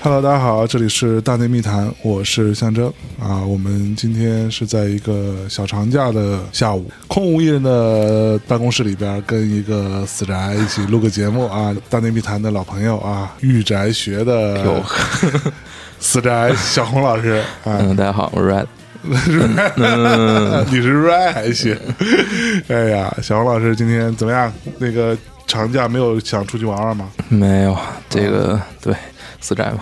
Hello，大家好，这里是大内密谈，我是象征啊。我们今天是在一个小长假的下午，空无一人的办公室里边，跟一个死宅一起录个节目啊。大内密谈的老朋友啊，御宅学的哟， 死宅小红老师啊，嗯，大家好，我是 Red。 你是 right 还行。哎呀，小红老师今天怎么样？那个长假没有想出去玩玩吗？没有这个，对死宅嘛，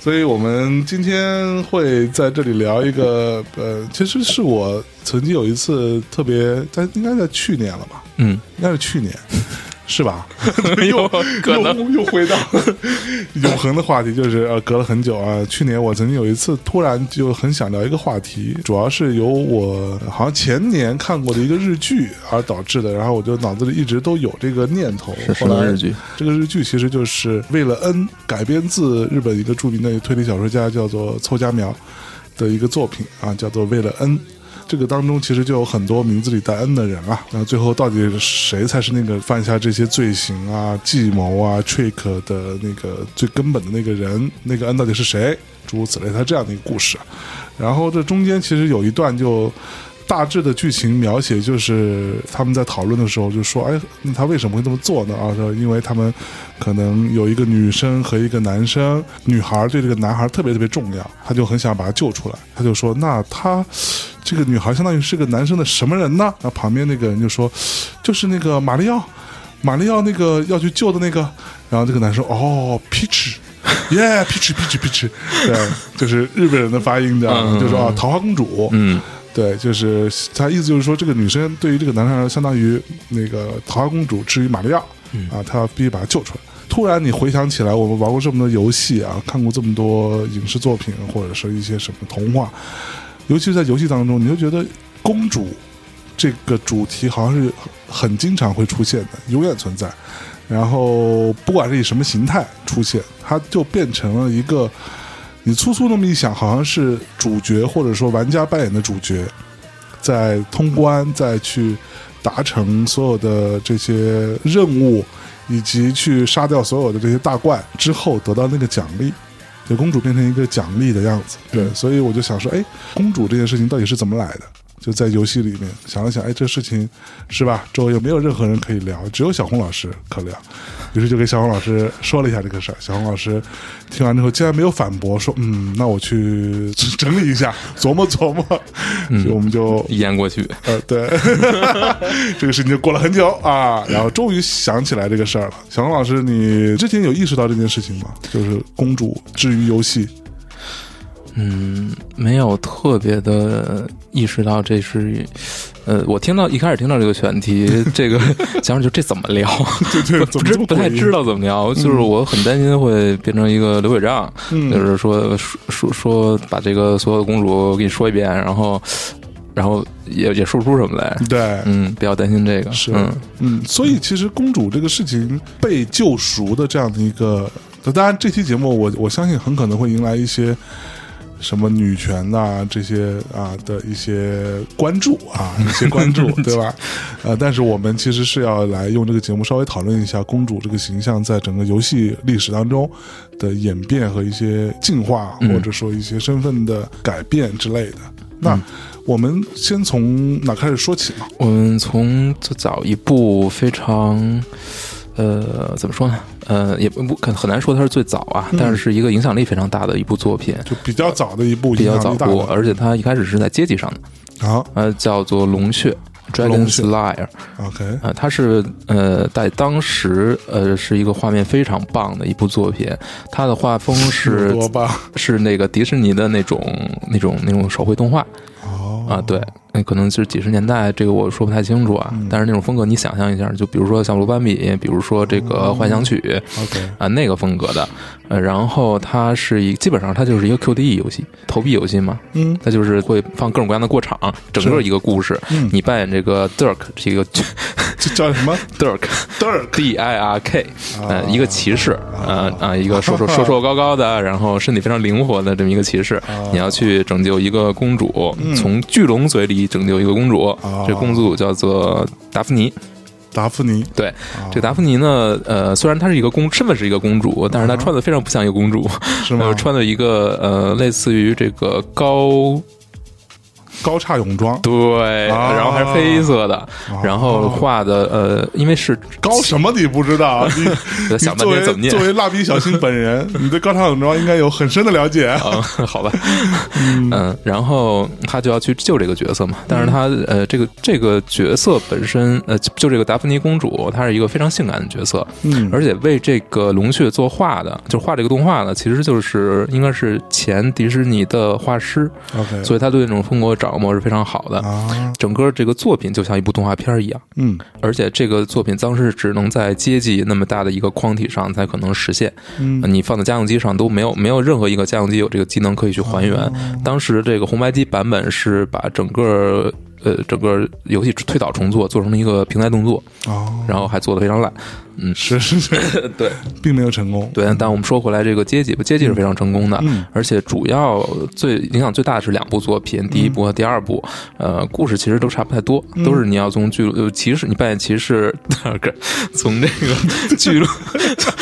所以我们今天会在这里聊一个，呃，其实是我曾经有一次特别，在应该在去年了吧，嗯，应该是去年，是吧？有可能又又回到永恒的话题，就是呃，隔了很久啊。去年我曾经有一次突然就很想聊一个话题，主要是由我好像前年看过的一个日剧而导致的，然后我就脑子里一直都有这个念头。是什后么来日剧？这个日剧其实就是为了 N 改编自日本一个著名的推理小说家叫做凑佳苗的一个作品啊，叫做《为了 N》。这个当中其实就有很多名字里带 N 的人啊，那最后到底谁才是那个犯下这些罪行啊、计谋啊、trick 的那个最根本的那个人？那个 N 到底是谁？诸如此类，它这样的一个故事。然后这中间其实有一段就大致的剧情描写，就是他们在讨论的时候就说：“哎，那他为什么会这么做呢？”啊，说因为他们可能有一个女生和一个男生，女孩对这个男孩特别特别重要，他就很想把他救出来。他就说：“那他这个女孩相当于是个男生的什么人呢？”那旁边那个人就说：“就是那个马里奥，马里奥那个要去救的那个。”然后这个男生说：“哦，Peach。” yeah, peach peach peach，对， 就是日本人的发音，你知道吗？就说啊，桃花公主，嗯，对，就是他意思就是说，这个女生对于这个男生来说，相当于那个桃花公主之于马里奥，啊，她必须把她救出来。突然你回想起来，我们玩过这么多游戏啊，看过这么多影视作品，或者是一些什么童话，尤其是在游戏当中，你就觉得公主这个主题好像是很经常会出现的，永远存在。然后不管是以什么形态出现，它就变成了一个你粗粗那么一想，好像是主角或者说玩家扮演的主角，在通关，再去达成所有的这些任务，以及去杀掉所有的这些大怪之后，得到那个奖励。给公主变成一个奖励的样子，对，所以我就想说，哎，公主这件事情到底是怎么来的？就在游戏里面想了想，哎，这事情是吧？周围又没有任何人可以聊，只有小红老师可聊，于是就给小红老师说了一下这个事儿。小红老师听完之后，竟然没有反驳，说：“嗯，那我去整理一下，琢磨琢磨。”所以我们就一言过去，呃，对， 这个事情就过了很久啊，然后终于想起来这个事儿了。小龙老师，你之前有意识到这件事情吗？就是公主至于游戏， 嗯，没有特别的意识到这是，呃，我听到一开始听到这个选 题，这个想想就这怎么 聊，对对，怎不么这知么不太诡异知，道怎么嗯聊，就是我很担心会变成一个流水账，就嗯，是说说说说把这个所有的公主给你说一遍，然后然后也也说不出什么来，对，嗯，比较担心这个，是嗯，嗯，所以其实公主这个事情被救赎的这样的一个，当然这期节目我我相信很可能会迎来一些。什么女权呐、这些啊的一些关注 啊，一些关注，对吧？呃，但是我们其实是要来用这个节目稍微讨论一下公主这个形象在整个游戏历史当中的演变和一些进化，嗯或者说一些身份的改变之类的。嗯那我们先从哪开始说起呢？我们从最早一部非常，呃，怎么说呢？呃，也不很很难说它是最早啊，嗯但是是一个影响力非常大的一部作品，就比较早的一部比影较响早力大部，的而且它一开始是在街机上的，啊呃，叫做《龙血》。龙 Dragon's 血 Lair ，OK，啊、它是呃，在当时呃是一个画面非常棒的一部作品，它的画风 是多吧？ 是那个迪士尼的那种那种那种手绘动画，哦啊，对，那可能就是几十年代，这个我说不太清楚啊。嗯但是那种风格，你想象一下，就比如说像鲁班比，比如说这哦个幻想曲、 ，OK，啊，那个风格的。呃，然后它是一，基本上它就是一个 QDE 游戏，投币游戏嘛，嗯它就是会放各种各样的过场，整个是一个故事。嗯，你扮演这个 Dirk，这个 这叫什么 Dirk Dirk？ D I R K，呃，一个骑士，呃啊啊，一个瘦 瘦瘦瘦高高的，然后身体非常灵活的这么一个骑士，啊你要去拯救一个公嗯主，从巨龙嘴里拯救一个公主哦，这公主叫做达芙妮，达芙妮，对，啊这个达芙妮呢，呃，虽然她是一个公，身份是一个公主，但是她嗯哼穿的非常不像一个公主，是吗 呃，？穿的一个呃，类似于这个高高叉泳装，对，啊然后还是黑色的，然后画的呃，因为是呃高什么你不知道？啊 你你想半作为天怎么念作为蜡笔小新本人，你对高叉泳装应该有很深的了 解。啊，好吧，嗯，然后他就要去救这个角色嘛。但是他呃，这个这个角色本身呃，就这个达芙妮公主，她是一个非常性感的角色，嗯而且为这个龙血作画的，就画这个动画的，其实就是应该是前迪士尼的画师， ，OK，所以他对那嗯种风格掌握是非常好的。啊，整个这个作品就像一部动画片儿一样，嗯而且这个作品当时只能在阶级那么大的一个框体上才可能实现。嗯，你放到家用机上都没有没有任何一个家用机有这个技能可以去还原。当时这个红白机版本是把整个呃整个游戏推倒重做，做成了一个平台动作，哦，然后还做的非常烂。是是是， 对并没有成功。对，但我们说回来，这个阶级吧，阶级是非常成功的。嗯而且主要最影响最大的是两部作品，第一部和第二部，呃，故事其实都差不太多，都是你要从巨鹿，呃骑士你扮演骑士， 从这个巨鹿，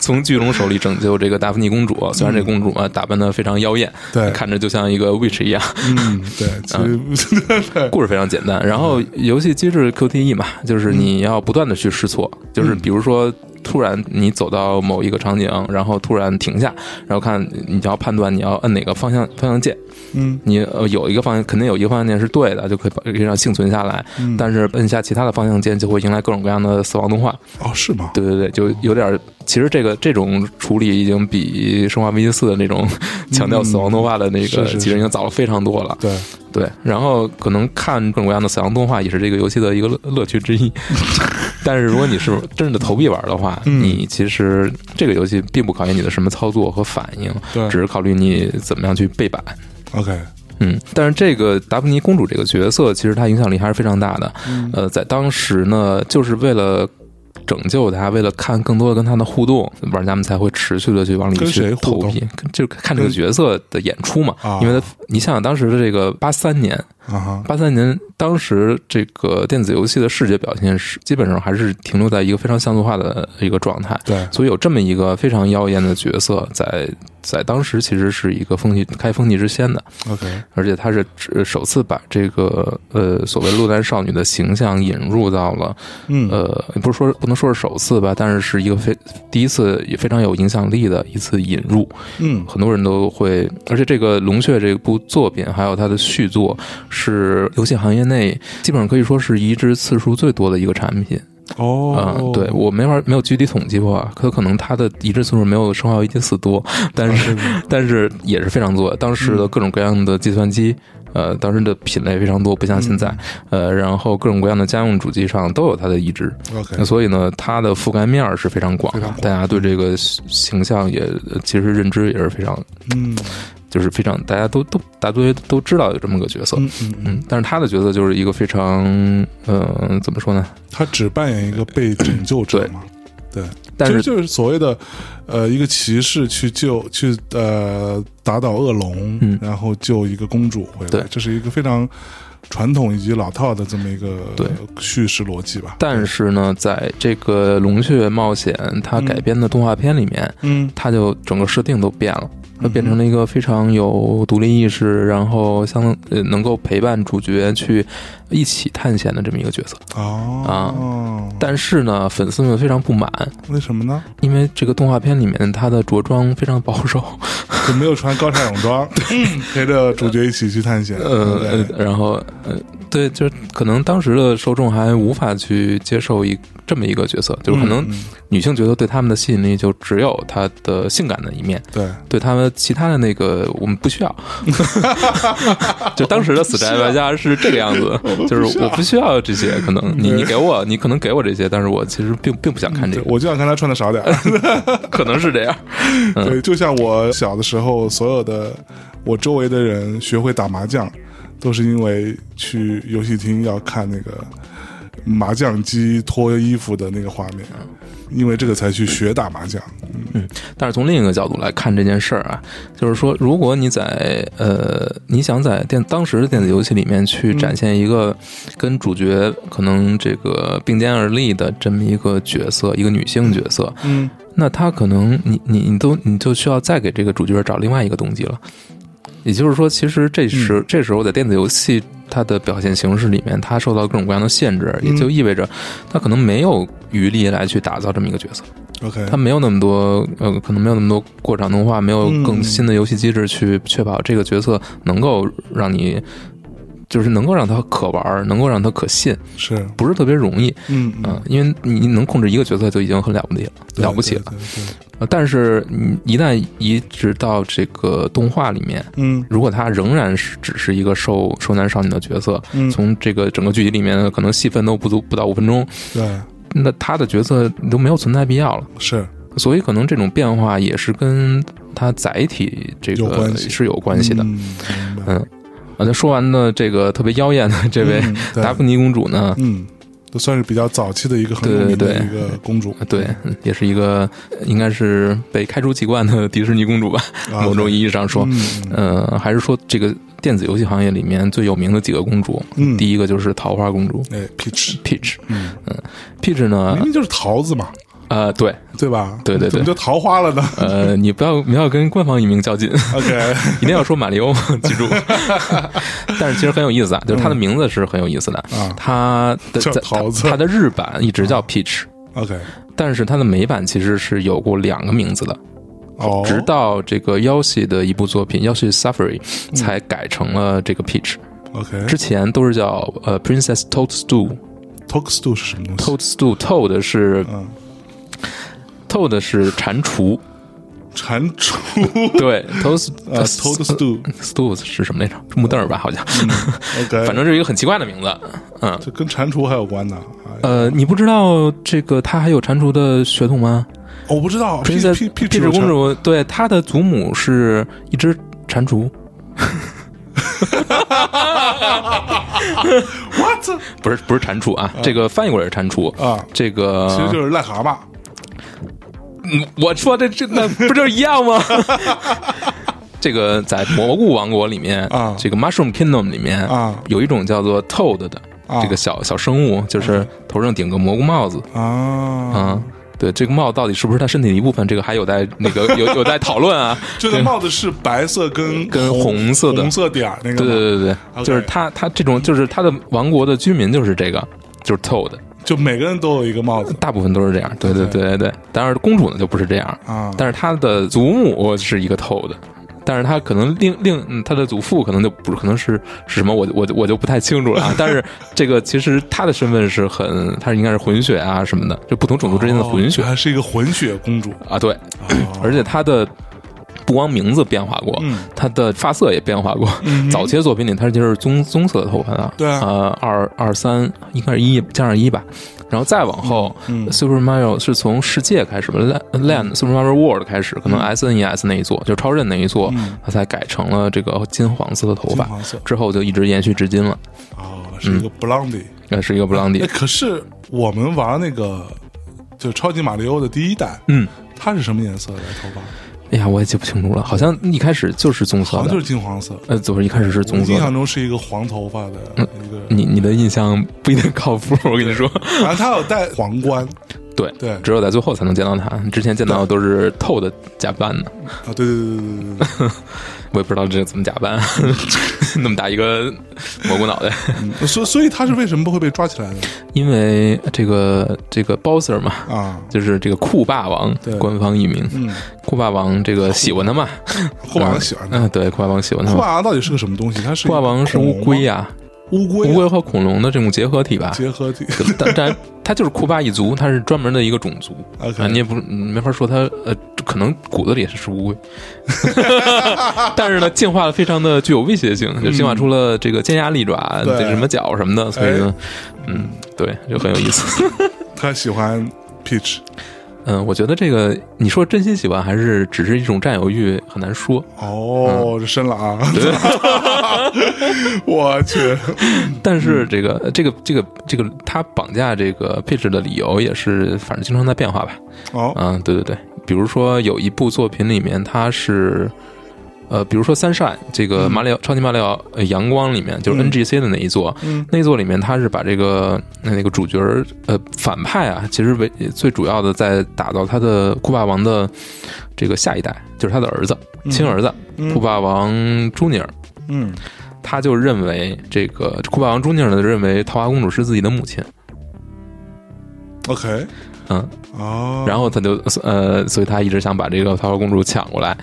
从巨龙手里拯救这个达芙妮公主。虽然这公主啊打扮的非常妖艳，对看着就像一个 witch 一样，嗯，对，其实嗯 对故事非常简单。然后游戏机制 QTE 嘛，就是你要不断的去试错，就是比如说。突然，你走到某一个场景，然后突然停下，然后看你就要判断你要摁哪个方向方向键，嗯你呃有一个方向，肯定有一个方向键是对的，就可以把可以让幸存下来。嗯，但是摁下其他的方向键，就会迎来各种各样的死亡动画。哦，是吗？对对对，就有点儿。其实这个这种处理已经比《生化危机四》的那种强调死亡动画的那嗯是个是是其实已经早了非常多了。对，对，然后可能看各种各样的死亡动画也是这个游戏的一个乐乐趣之一。 但是如果你是真的投币玩的话，嗯你其实这个游戏并不考验你的什么操作和反应，对只是考虑你怎么样去背板。 OK，嗯，但是这个达芙妮公主这个角色，其实她影响力还是非常大的。嗯呃，在当时呢，就是为了拯救她，为了看更多的跟她的互动，玩家们才会持续的去往里跟谁去互投动币，跟就是看这个角色的演出嘛。啊因为她你想想当时的这个八三年，啊哈，八三年当时这个电子游戏的视觉表现是基本上还是停留在一个非常像素化的一个状态。对，所以有这么一个非常妖艳的角色在，在当时其实是一个风气开风气之先的。 OK，而且他是只首次把这个呃所谓洛丹少女的形象引入到了嗯，呃，不是说不能说是首次吧，但是是一个非第一次也非常有影响力的一次引入，嗯很多人都会，而且这个《龙血》这部作品还有它的续作是游戏行业内基本上可以说是移植次数最多的一个产品啊、哦，对我没法没有具体统计过啊，可可能它的移植次数没有《生化危机四》多，但是是但是也是非常多。当嗯时的各种各样的计算机，呃，当时的品类非常多，不像现在，嗯呃，然后各种各样的家用主机上都有它的移植， OK，那所以呢，它的覆盖面儿是非常广非的常，广大家对这个形象也呃其实认知也是非常，嗯就是非常大家都都大多都知道有这么个角色。嗯嗯嗯，嗯，但是他的角色就是一个非常，呃，怎么说呢？他只扮演一个被拯救者对嘛，但其实是就是所谓的，呃，一个骑士去救去呃打倒恶龙，嗯然后救一个公主回对来，这是一个非常传统以及老套的这么一个对叙事逻辑吧。但是呢，在这个《龙血冒险》它改编的动画片里面，嗯，它就整个设定都变了，它嗯变成了一个非常有独立意识，然后相呃能够陪伴主角去一起探险的这么一个角色。啊哦，但是呢，粉丝们非常不满，为什么呢？因为这个动画片里面他的着装非常保守，就没有穿高叉泳 装，嗯陪着主角一起去探险。呃，对呃嗯不对 然后呃，对，就是可能当时的受众还无法去接受一这么一个角色，就是可能嗯嗯女性角色对他们的吸引力就只有她的性感的一面，对，对他们其他的那个我们不需要， 就当时的死宅玩家是这个样子，就是我不需要这些，可能你你给我，你可能给我这些，但是我其实并并不想看这对个，我就想看他穿的少点 儿。可能是这样，嗯对，就像我小的时候，所有的我周围的人学会打麻将，都是因为去游戏厅要看那个麻将机脱衣服的那个画面，因为这个才去学打麻将。但是从另一个角度来看这件事儿啊，就是说，如果你在呃，你想在电当时的电子游戏里面去展现一个跟主角可能这个并肩而立的这么一个角色，一个女性角色，嗯，那她可能你你你都你就需要再给这个主角找另外一个动机了。也就是说，其实这时、这时候在电子游戏它的表现形式里面，它受到各种各样的限制，也就意味着它可能没有余力来去打造这么一个角色。 OK，它没有那么多呃，可能没有那么多过场动画，没有更嗯新的游戏机制去确保这个角色能够让你，就是能够让它可玩儿，能够让它可信，是，不是特别容易嗯啊、呃因为你能控制一个角色就已经很了不地了，了不起了。了，对对对呃但是你一旦移植到这个动画里面，嗯如果他仍然是只是一个受受男少女的角色，嗯，从这个整个剧集里面可能戏份都不足不到五分钟，对，那他的角色都没有存在必要了。是，所以可能这种变化也是跟它载体这有个关系是有关系的。嗯，明白啊，那说完呢，这个特别妖艳的这位嗯对达芙妮公主呢，嗯，都算是比较早期的一个很对有名对的对一个公主，对，嗯也是一个呃应该是被开除籍贯的 迪士尼公主吧，啊某种意义上说，嗯呃，还是说这个电子游戏行业里面最有名的几个公主，嗯，第一个就是桃花公主哎，peach， Peach，嗯， Peach 呢明，明就是桃子嘛，呃，对，对吧？对对对怎么就桃花 了呢呃，你不要不要跟官方译名较劲， ？OK，一定要说马里奥，记住。 但是其实很有意思啊，就是它的名字是很有意思的，啊它的嗯叫在桃子啊它它的日版一直叫 Peach，、 ，OK，但是它的美版其实是有过两个名字的，哦，直到这个妖系的一部作品《妖系 Safari》才嗯改成了这个 Peach，、之哎前都是叫呃 Princess Toadstool，Toadstool OK，Toxto 是什么东西？ Toad 是嗯， Toad 是 蟾蜍，蟾蜍 对 Toad 啊，Toxto， Stool 是什么来着？是木凳儿吧？好像，嗯 OK，反正是一个很奇怪的名字，嗯。这跟蟾蜍还有关呢。哎呃，你不知道这个它还有蟾蜍的血统吗？我不知道 p r i n c e ，P s P Peach 公主，对，她的祖母是一只蟾蜍， ，What 不是不是蟾蜍啊，这个翻译过来是蟾蜍。啊？这其实个，就是癞蛤蟆。嗯我说这这那不就是一样 吗？这个在蘑菇王国里面啊这个 Mushroom Kingdom 里面啊有一种叫做 Toad 的啊这个小小生物，就是头上顶个蘑菇帽子啊，啊。对，这个帽到底是不是它身体的一部分？这个还有待那 个有有待讨论啊。就那帽子是白色跟 跟红红色的红色点儿那个对吗，对对对， OK 就是他他这种就是他的王国的居民就是这个，就是 Toad，就每个人都有一个帽子大部分都是这样。对对 OK 对对对，当然公主呢就不是这样，啊。但是她的祖母是一个 Toad。但是她可能另另嗯她的祖父可能就不是，可能是是什么，我我我就不太清楚了啊。但是这个其实她的身份是很，她应该是混血啊什么的，就不同种族之间的混血、哦还是一个混血公主，啊。对，哦 而且她的不光名字变化过，嗯她的发色也变化过。早期的作品里，她就是棕棕色的头发的，对啊呃，二二三应该是一加上一吧。然后再往后、嗯 s u p e r Mario 是从世界开始吧，Land Land、Super Mario World 开始，可能 SNES 那一座，就是超任那一座，嗯它才改成了这个金黄色的头金发，黄色之后就一直延续至今了。嗯哦，是一个 blondie。呃，是一个布朗迪哎，，可是我们玩那个就超级马里奥的第一代，嗯，它是什么颜色的头发？哎呀，我也记不清楚了，好像一开始就是棕色好像的就，是金黄色。呃，不是一开始是我棕印色的。嗯象中是一个黄头发的一个，你你的印象不一定靠谱，我跟你说，反正他有戴皇冠对对只有在最后才能见到他，之前见到的都是透的假扮的，啊，对对对对对对我也不知道这怎么假扮， 那么大一个蘑菇脑袋，嗯，所以所以他是为什么不会被抓起来的因为这个这个 boser 嘛，啊？就是这个酷霸王对，官方译名，嗯，酷霸王这个喜欢他嘛，酷霸王喜欢他。嗯、对，酷霸王喜欢他酷嘛，霸王到底是个什么东西？它是酷霸王是乌龟呀，呀、乌龟啊乌龟啊和恐龙的这种结合体吧，结合体。但但它就是库巴一族，它是专门的一个种族 OK 啊，你也不你没法说它呃，可能骨子里也是乌龟， 但是呢，进化的非常的具有威胁性，就进化出了这个尖牙利爪、对这什么角什么的，所以呢，嗯，对，就很有意思。他喜欢 Peach，嗯，我觉得这个你说真心喜欢还是只是一种占有欲，很难说。嗯哦，这深了啊！ 我去，但是这个呃这个这个这个，它绑架这个配置的理由也是，反正经常在变化吧。哦，嗯，对对对，比如说有一部作品里面，它是，呃，比如说《三善》这个马里奥、超级马里奥、呃、阳光里面，就是嗯 NGC 的那一座，嗯那一座里面，它是把这个呃那个主角儿呃反派啊，其实为最主要的在打造他的酷霸王的这个下一代，就是他的儿子、亲儿子、嗯酷霸王朱尼尔。嗯，他就认为这个酷霸王朱尼尔呢，认为桃花公主是自己的母亲，哦 OK，嗯，哦，然后他就呃，所以他一直想把这个桃花公主抢过来。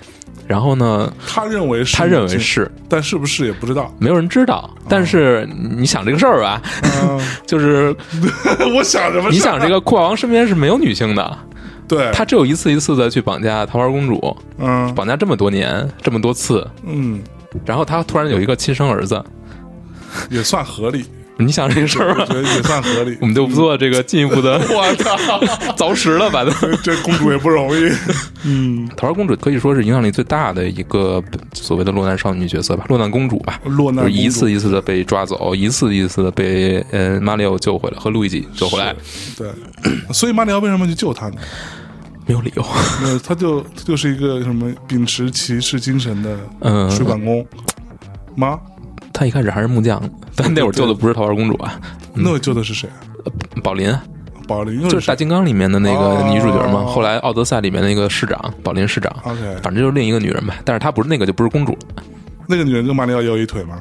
然后呢，他认为是，哦他认为，是，但是不是也不知道。没有人知道。但是你想这个事儿吧，嗯就是 我想什么事儿？啊你想这个酷霸王身边是没有女性的，对，他只有一次一次的去绑架桃花公主，哎嗯绑架这么多年，这么多次。嗯，然后他突然有一个亲生儿子，也算合 理，你想这个事儿我 吧，觉得也算合理我。们就不做这个进一步的 我操， 凿实了吧。这公主也不容 易。嗯，桃花公主可以说是影响力最大的一个所谓的落难少女角色吧，落难公主吧。落就难是一公主次一次的被抓走，一次一次的被呃马里奥救回来和路易吉救回来，对， 所以马里奥为什么去救他呢？没有理由。那他就他就是一个什么秉持骑士精神的嗯，水管工吗？他一开始还是木匠，但那会儿救的不是桃花公主啊， 那我救的是谁啊？宝林啊，宝林又就是是谁大金刚里面的那个哦女主角嘛。后来奥德赛里面那个市长宝林市长， ？OK，反正就是另一个女人吧。但是她不是那个，就不是公主。那个女人跟马里奥也有一腿吗？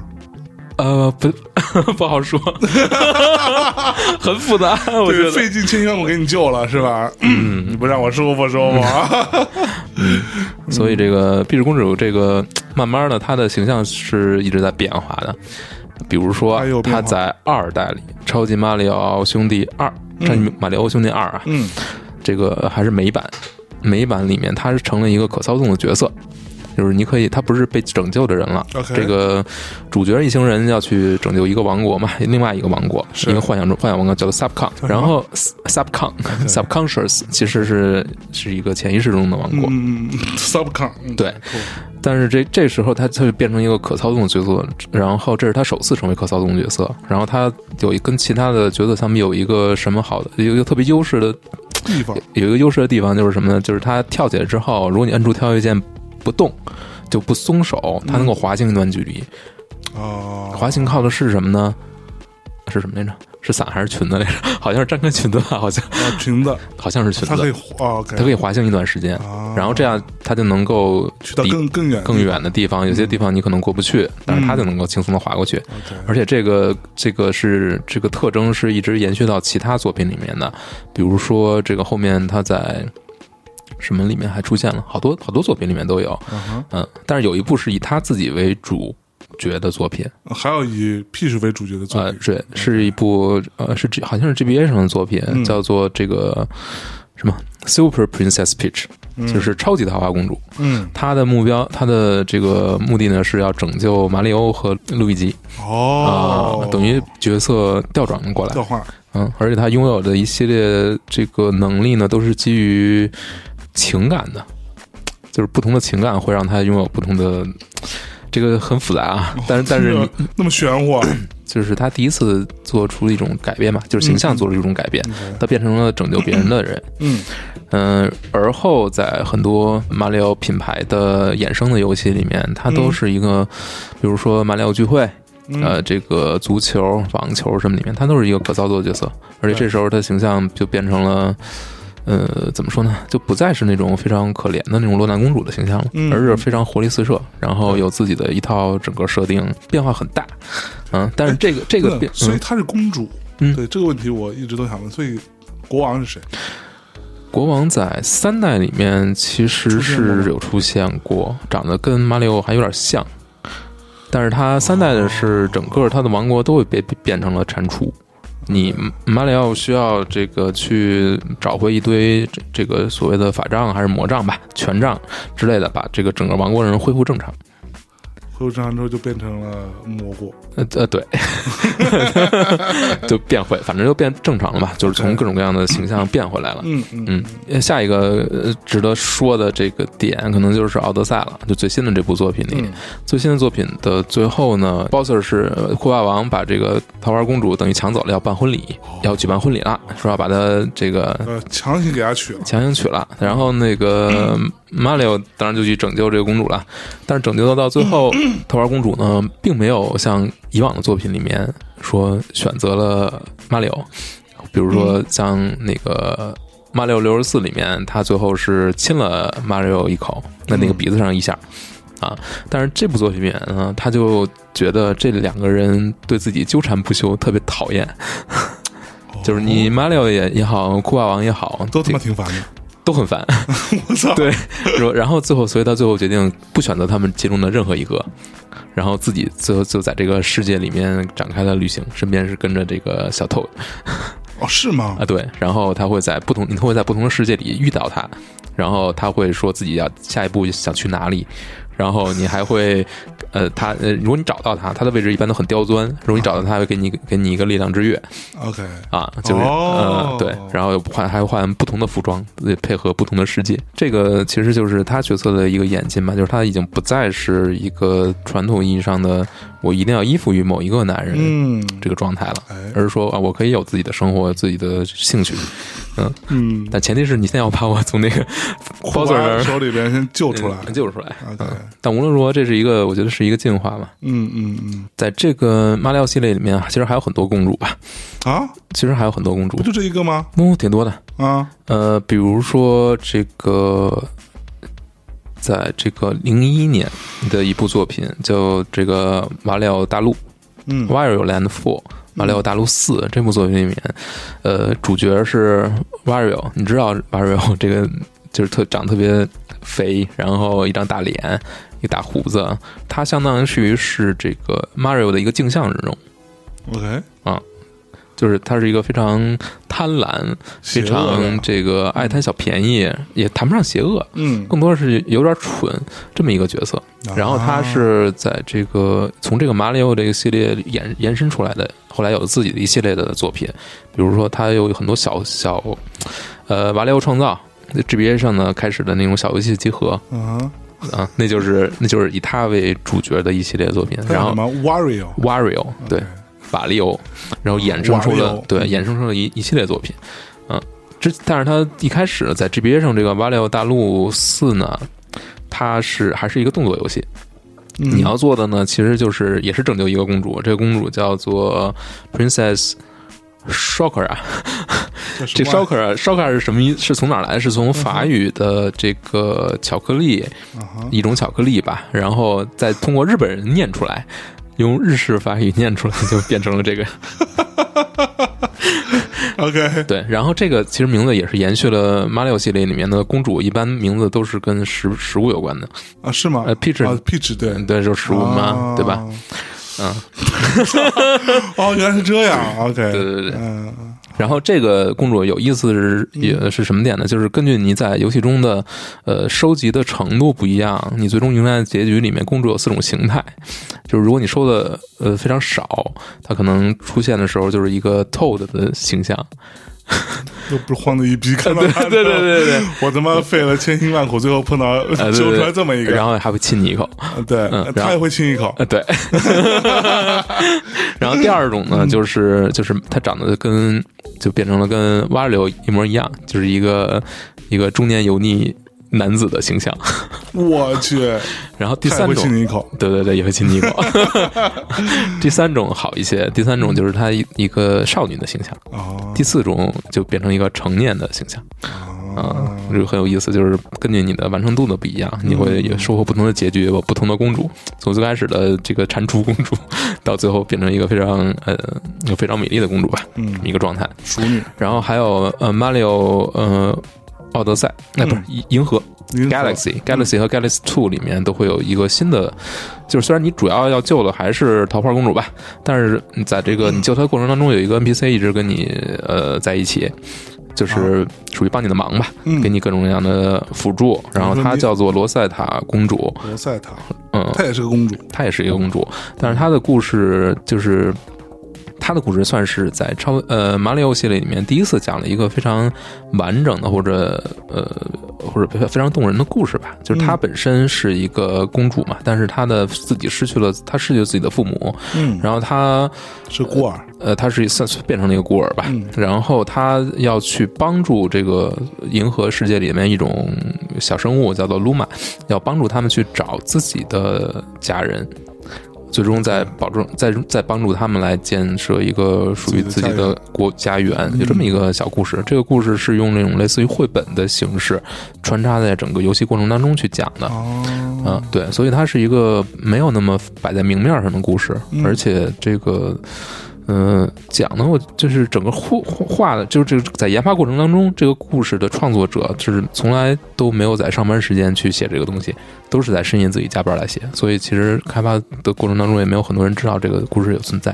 呃，不 不好 说，很复杂，我觉对，得。嗯费尽千辛万苦给你救了是吧？嗯你不让我舒服舒服啊？所以这个壁纸公主这个慢慢的她的形象是一直在变化的，比如说哎呦变她化在二代里《超级马里奥兄弟二》《超级马里奥兄弟二》啊，嗯，这个还是美版，美版里面她是成了一个可操纵的角色。就是你可以，她不是被拯救的人了。 OK 这个主角一行人要去拯救一个王国嘛，另外一个王国，是嗯一个幻想中幻想王国叫做 Subcon，么然后 Subcon Subconscious 其实是是一个潜意识中的王国。嗯，subcon 嗯对，但是这这时候他他就变成一个可操纵的角色，然后这是他首次成为可操纵的角色，然后他有一跟其他的角色相比有一个什么好的，有一个特别优势的，地方有一个优势的地方就是什么呢？就是他跳起来之后，如果你摁住跳跃键不动。就不松手，他能够滑行一段距离。嗯哦，滑行靠的是什么呢？是什么来着？是伞还是裙子来着？好像是站跟裙子吧，好像 啊裙子，好像是裙它可以子。滑，OK，他可以滑行一段时间，啊然后这样他就能够去到抵更嗯更远更远的地方，有些地方你可能过不去，但是它就能够轻松的划过去。 ，OK，而且这个这个是这个特征是一直延续到其他作品里面的，比如说这个后面它在什么里面还出现了，好多好多作品里面都有，嗯哼嗯，但是有一部是以他自己为主角的作品，还有以 P 是为主角的作呃，品，对，是一部呃是 G 好像是 GBA 上的作品，嗯叫做这个什么 Super Princess Peach，嗯呃就是超级桃花公主。嗯，他的目标，他的这个目的呢是要拯救马里欧和路易吉啊、哦，等于角色调转了过来调。换，嗯，而且他拥有的一系列这个能力呢，都是基于情感的，就是不同的情感会让他拥有不同的。这个很复杂啊，但是但是你这个那么玄乎 啊，就是他第一次做出一种改变吧，就是形象做出一种改变，他变成了拯救别人的人。嗯嗯，而后在很多马里奥品牌的衍生的游戏里面，它都是一个，比如说马里奥聚会，嗯呃，这个足球、网球什么里面，它都是一个可操作的角色，而且对这时候他形象就变成了。呃，怎么说呢？就不再是那种非常可怜的那种落难公主的形象了，嗯而是非常活力四射，然后有自己的一套整个设定，变化很大。嗯，但是这个这个那变，所以嗯她是公主，嗯对这个问题我一直都想问，所以国王是谁？国王在三代里面其实是有出现过，长得跟马里奥还有点像，但是他三代的是整个他的王国都会被变成了蟾蜍。你马里奥需要这个去找回一堆这这个所谓的法杖还是魔杖吧、权杖之类的，把这个整个王国人恢复正常。恢复正常之后就变成了蘑菇。呃呃，对，就变回，反正就变正常了吧，就是从各种各样的形象变回来了。嗯嗯嗯，呃下一个呃值得说的这个点，可能就是《奥德赛》了，就最新的这部作品里，嗯最新的作品的最后呢，Bowser 是呃酷霸王把这个桃花公主等于抢走了，要办婚礼，要举办婚礼了，说要把她这个呃，强行给它取了。强行娶了。然后 那个 Mario 当然就去拯救这个公主了，但是拯救到到最 后，桃花公主呢，并没有像以往的作品里面说选择了 Mario，比如说像那个。马里奥六十四里面，他最后是亲了 Mario 一口，在那个鼻子上一下，啊，但是这部作品里面呢，他就觉得这两个人对自己纠缠不休，特别讨厌。就是你 Mario 也也好，酷霸王也好，哦都他这妈挺烦 的，都很烦。我操！对，然后然后最后，所以他最后决定不选择他们其中的任何一个，然后自己最后就在这个世界里面展开了旅行，身边是跟着这个小偷哦，是吗啊，？对，然后他会在不同，你会在不同的世界里遇到他，然后他会说自己要下一步想去哪里。然后你还会，呃，他呃，如果你找到他，他的位置一般都很刁钻。如果你找到他，他会给你给你一个力量之月， OK，啊，就是、哦呃，对，然后换还换不同的服装，也配合不同的世界。这个其实就是他角色的一个演进吧，就是他已经不再是一个传统意义上的我一定要依附于某一个男人、嗯，这个状态了，哎，而是说啊，我可以有自己的生活、自己的兴趣，嗯，但前提是你先要把我从那个库 Bowser 那巴儿手里边先救 出来。嗯救出来。 OK，但无论如何，这是一个我觉得是一个进化嘛。嗯嗯嗯，在这个马里奥系列里面，啊其实还有很多公主吧，啊，其实还有很多公主不，就这一个吗？嗯，挺多的。啊，呃，比如说这个，在这个零一年的一部作品，叫这个《马里奥大陆嗯， Wario Land Four》。马里奥大陆四这部作品里面，呃，主角是 Wario，你知道 Wario 这个就是特长特别肥，然后一张大脸，一个大胡子，他相当于是这个 Mario 的一个镜像人物， OK，就是他是一个非常贪婪、非邪恶的常这个爱贪小便宜，也谈不上邪恶，嗯，啊更多是有点蠢这么一个角色。然后他是在这个从这个马里奥这个系列延延伸出来的，后来有了自己的一系列的作品，比如说他有很多小小呃马里奥创造。GBA 上呢开始的那种小游戏集合啊，啊啊，那就是那就是以他为主角的一系列作品，他叫然什后么 Wario， Wario 对 OK，瓦力欧，然后衍生出瓦力了欧对衍生出了一一系列作品，嗯，之但是他一开始在 GBA 上这个《瓦力欧大陆四》呢，它是还是一个动作游戏，嗯你要做的呢，其实就是也是拯救一个公主，这个公主叫做 Princess。Shocker 啊，什这么 Shocker Shocker 是什么意？是从哪儿来？嗯是从法语的这个巧克力啊哈一种巧克力吧，然后再通过日本人念出来，用日式法语念出来，就变成了这个，OK，对，然后这个其实名字也是延续了 Mario 系列里面的公主，一般名字都是跟食食物有关的，啊，是吗？呃，Peach 啊，Peach，对，对，就是食物嘛，啊对吧？？嗯， 哦，原来是这样，OK，对对对对嗯，然后这个公主有意思是也是什么点呢？就是根据你在游戏中的呃收集的程度不一样，你最终迎来的结局里面，公主有四种形态。就是如果你收的呃非常少，它可能出现的时候就是一个 Toad 的形象。又不是慌的一逼，看到他， 对对对对， 我他妈费了千辛万苦，最后 碰到呃对揪对出来这么一然个，后还会亲你一口。 对嗯，然他后也会亲一口，啊，对。 然后第二种呢，就是就是它长得跟就变成了跟蛙柳一模一样，就是一个一个中年油腻男子的形象。我去，然后第他也三会种亲，你一口，对对对，也会亲你 一口。第三种好一些，第三种就是她一一个少女的形象，哦第四种就变成一个成年的形象嗯啊，这个很有意思，就是根据你的完成度的不一样，你会有收获不同的结局，有不同的公主，从最开始的这个蟾蜍公主，到最后变成一个非常呃非常美丽的公主吧，嗯这么一个状态。熟女，然后还有呃 Mario 呃奥德赛，那、不是银嗯银河嗯您说 Galaxy Galaxy 和 Galaxy Two 里面都会有一个新的，就是虽然你主要要救的还是桃花公主吧，但是你在这个你救她过程当中有一个 NPC 一直跟你呃在一起，就是属于帮你的忙吧，嗯给你各种各样的辅助。然后她叫做罗塞塔公主，罗塞塔，嗯，她也是个公主，她也是一个公主，但是她的故事就是。她的故事算是在超呃马里奥系列里面第一次讲了一个非常完整的或者呃或者非常动人的故事吧。就是她嗯本身是一个公主嘛，但是她的自己失去了她失去了自己的父母，嗯，然后她是孤儿，呃，他是算变成了一个孤儿吧，嗯然后他要去帮助这个银河世界里面一种小生物叫做鲁玛，要帮助他们去找自己的家人，最终在保证在在帮助他们来建设一个属于自自己己的的国家园，有这么一个小故事。这个故事是用那种类似于绘本的形式穿插在整个游戏过程当中去讲的，哦，嗯，对，所以它是一个没有那么摆在明面上的故事，嗯而且这个，呃，讲的我就是整个画画画的，就是这个在研发过程当中，这个故事的创作者就是从来都没有在上班时间去写这个东西，都是在深夜自己加班来写，所以其实开发的过程当中也没有很多人知道这个故事有存在。